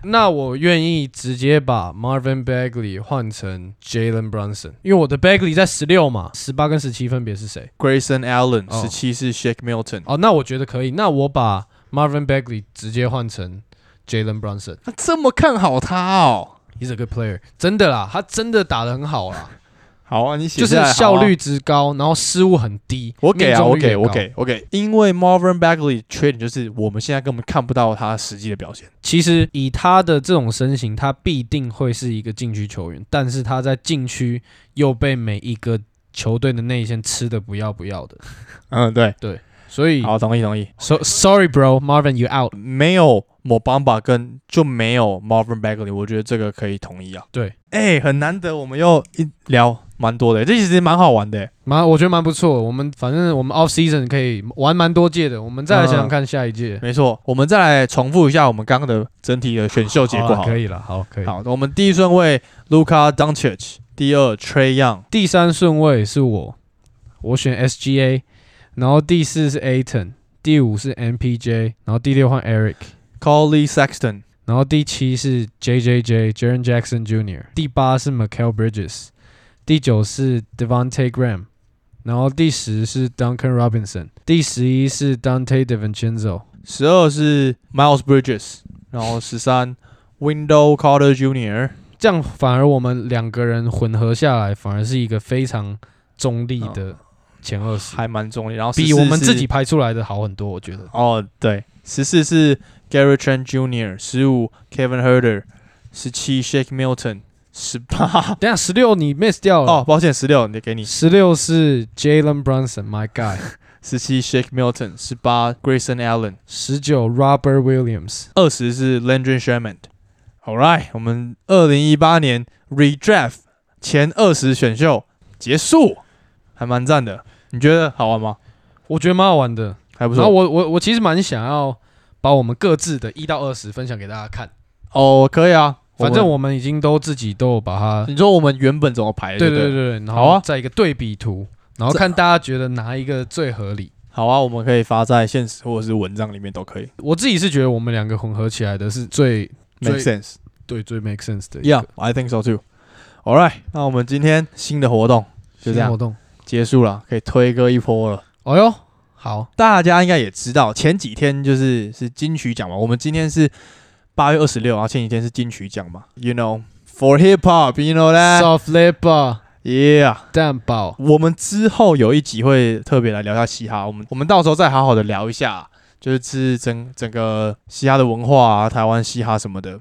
[SPEAKER 3] 那我愿意直接把 Marvin Bagley 换成 Jalen Brunson，因为我的 Bagley 在十六嘛，十八跟十七分别是谁？
[SPEAKER 2] Grayson Allen
[SPEAKER 3] 哦
[SPEAKER 2] 十七是 Shake Milton，
[SPEAKER 3] 哦，那我觉得可以，那我把 Marvin Bagley 直接换成 Jalen Brunson。
[SPEAKER 2] 他啊这么看好他哦。
[SPEAKER 3] He's a good player，真的啦，他真的打得很好啦，
[SPEAKER 2] 好啊，你写
[SPEAKER 3] 就是
[SPEAKER 2] 下来好
[SPEAKER 3] 效
[SPEAKER 2] 啊
[SPEAKER 3] 率值高，然后失误很低，
[SPEAKER 2] 我给啊，
[SPEAKER 3] 命
[SPEAKER 2] 我
[SPEAKER 3] 中率也
[SPEAKER 2] 给，我
[SPEAKER 3] 高。
[SPEAKER 2] 给，我给。因为 Marvin Bagley 缺点就是我们现在根本看不到他实际的表现。
[SPEAKER 3] 其实以他的这种身形，他必定会是一个禁区球员，但是他在禁区又被每一个球队的内线吃的不要不要的，
[SPEAKER 2] 嗯，对。
[SPEAKER 3] 所以
[SPEAKER 2] 嗯好，同意同意。
[SPEAKER 3] so sorry bro Marvin you out。
[SPEAKER 2] 没有 Mobamba 跟就没有 Marvin Bagley，我觉得这个可以同意啊。
[SPEAKER 3] 对，
[SPEAKER 2] 哎、很难得，我们又一聊蛮多的、这其实蛮好玩的、
[SPEAKER 3] 蛮我觉得蛮不错，我们反正我们 off season 可以玩蛮多届的，我们再来想想看下一届
[SPEAKER 2] 没错，我们再来重复一下我们刚刚的整体的选秀结果
[SPEAKER 3] 好
[SPEAKER 2] 好啊
[SPEAKER 3] 啦
[SPEAKER 2] 了
[SPEAKER 3] 可以了，好可以。
[SPEAKER 2] 好，我们第一顺位 Luka Doncic，第二 Trey Young，
[SPEAKER 3] 第三顺位是我，我选 SGA，然后第四是 Aton，第五是 MPJ，然后第六换 Eric，
[SPEAKER 2] Coley Sexton，
[SPEAKER 3] 然后第七是 JJJ Jaren Jackson Jr.，第八是 Michael Bridges，第九是 Devonte Graham，然后第十是 Duncan Robinson，第十一是 Dante DiVincenzo，
[SPEAKER 2] 十二是 Miles Bridges，然后十三 Window Carter Jr.
[SPEAKER 3] 这样反而我们两个人混合下来，反而是一个非常中立的前二
[SPEAKER 2] 哦
[SPEAKER 3] 十，
[SPEAKER 2] 还蛮中立，然后
[SPEAKER 3] 比
[SPEAKER 2] 14
[SPEAKER 3] 我们自己
[SPEAKER 2] 是
[SPEAKER 3] 排出来的好很多，我觉得。
[SPEAKER 2] 哦对，十四是 Gary Trent Jr. 十五 Kevin Herder，十七 Shake Milton，十八
[SPEAKER 3] [laughs] 等一下十六你 miss 掉了
[SPEAKER 2] 哦，抱歉十六你给你
[SPEAKER 3] 十六是 Jalen Brunson，My Guy。
[SPEAKER 2] 十七 Shake Milton，十八 Grayson Allen，
[SPEAKER 3] 十九 Robert Williams，
[SPEAKER 2] 二十是 Landry Sherman。All right，我们二零一八年 Redraft 前二十选秀结束，还蛮赞的。你觉得好玩吗？
[SPEAKER 3] 我觉得蛮好玩的。
[SPEAKER 2] 还不
[SPEAKER 3] 然
[SPEAKER 2] 错。
[SPEAKER 3] 后我我我其实蛮想要把我们各自的一到二十分享给大家看。
[SPEAKER 2] 哦，可以啊。
[SPEAKER 3] 反正
[SPEAKER 2] 我
[SPEAKER 3] 我们已经都自己都有把它
[SPEAKER 2] 们，你说我们原本怎么排的？
[SPEAKER 3] 对
[SPEAKER 2] 对
[SPEAKER 3] 对
[SPEAKER 2] 了
[SPEAKER 3] 对，然
[SPEAKER 2] 好
[SPEAKER 3] 后
[SPEAKER 2] 啊
[SPEAKER 3] 再一个对比图，然后看大家觉得哪一个最合理。
[SPEAKER 2] 好啊，我们可以发在现实或者是文章里面都可以。
[SPEAKER 3] 我自己是觉得我们两个混合起来的是最
[SPEAKER 2] Make
[SPEAKER 3] 最
[SPEAKER 2] sense.
[SPEAKER 3] 对最 make sense 的一个
[SPEAKER 2] Yeah, I think so too. All right，那我们今天新的活动就这
[SPEAKER 3] 新活
[SPEAKER 2] 样
[SPEAKER 3] 动。
[SPEAKER 2] 结束了，可以推歌一波了。
[SPEAKER 3] 哎呦，好，
[SPEAKER 2] 大家应该也知道，前几天就是是金曲奖嘛，我们今天是八月二十六，然后前几天是金曲奖嘛，You know for hip hop, you know that,
[SPEAKER 3] soft labor
[SPEAKER 2] yeah。
[SPEAKER 3] 蛋堡，
[SPEAKER 2] 我们之后有一集会特别来聊一下嘻哈，我们我们到时候再好好的聊一下，就是是整整个嘻哈的文化啊，台湾嘻哈什么的。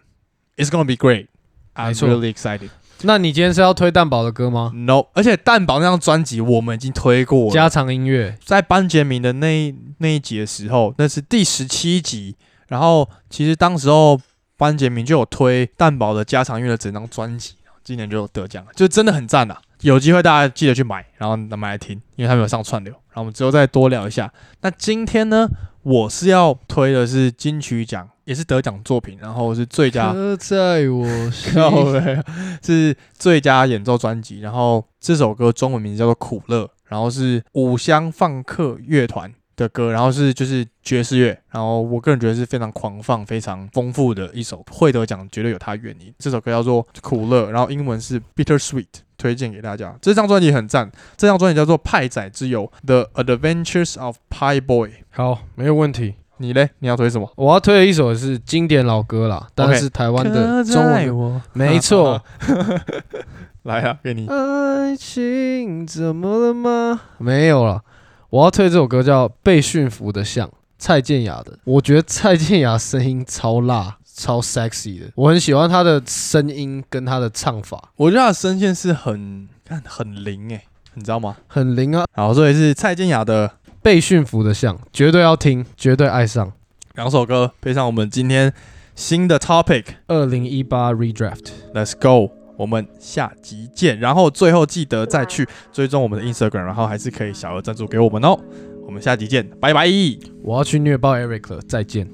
[SPEAKER 2] It's gonna be great.
[SPEAKER 3] 没
[SPEAKER 2] I'm
[SPEAKER 3] 错
[SPEAKER 2] really excited.
[SPEAKER 3] 那你今天是要推蛋堡的歌吗？
[SPEAKER 2] No，而且蛋堡那张专辑我们已经推过了，
[SPEAKER 3] 加长音乐，
[SPEAKER 2] 在班杰明的那一那一集的时候，那是第十七集。然后其实当时候班杰明就有推蛋堡的加长乐的整张专辑，今年就得奖了，就真的很赞啊！有机会大家记得去买，然后买来听，因为他们有上串流。然后我们之后再多聊一下。那今天呢，我是要推的是金曲奖，也是得奖作品，然后是最佳。
[SPEAKER 3] 刻在我心
[SPEAKER 2] 靠背是最佳演奏专辑，然后这首歌中文名字叫做《苦乐》，然后是五香放克乐团的歌，然后是就是爵士乐，然后我个人觉得是非常狂放、非常丰富的一首，会得奖绝对有它原因。这首歌叫做《苦乐》，然后英文是 Bitter Sweet。推荐给大家，这张专辑很赞。这张专辑叫做《派仔之友》（The Adventures of Pie Boy）。
[SPEAKER 3] 好，没有问题。
[SPEAKER 2] 你嘞？你要推什么？
[SPEAKER 3] 我要推的一首是经典老歌啦，但是台湾的中文歌，
[SPEAKER 2] 我。
[SPEAKER 3] 没错。
[SPEAKER 2] [laughs] 来啊，给你。
[SPEAKER 3] 爱情怎么了吗？没有了。我要推这首歌叫《被驯服的象》，蔡健雅的。我觉得蔡健雅声音超辣、超 sexy 的，我很喜欢她的声音跟她的唱法，
[SPEAKER 2] 我觉得他的声线是很看很灵诶、欸你知道吗？
[SPEAKER 3] 很灵啊。
[SPEAKER 2] 好，所以是蔡健雅的
[SPEAKER 3] 被驯服的象，绝对要听，绝对爱上。
[SPEAKER 2] 两首歌，配上我们今天新的 topic，Let's
[SPEAKER 3] 二零一八 redraft，
[SPEAKER 2] go，我们下集见。然后最后记得再去追踪我们的 Instagram，然后还是可以小额赞助给我们哦。我们下集见，拜拜。
[SPEAKER 3] 我要去虐爆 Eric 了，再见。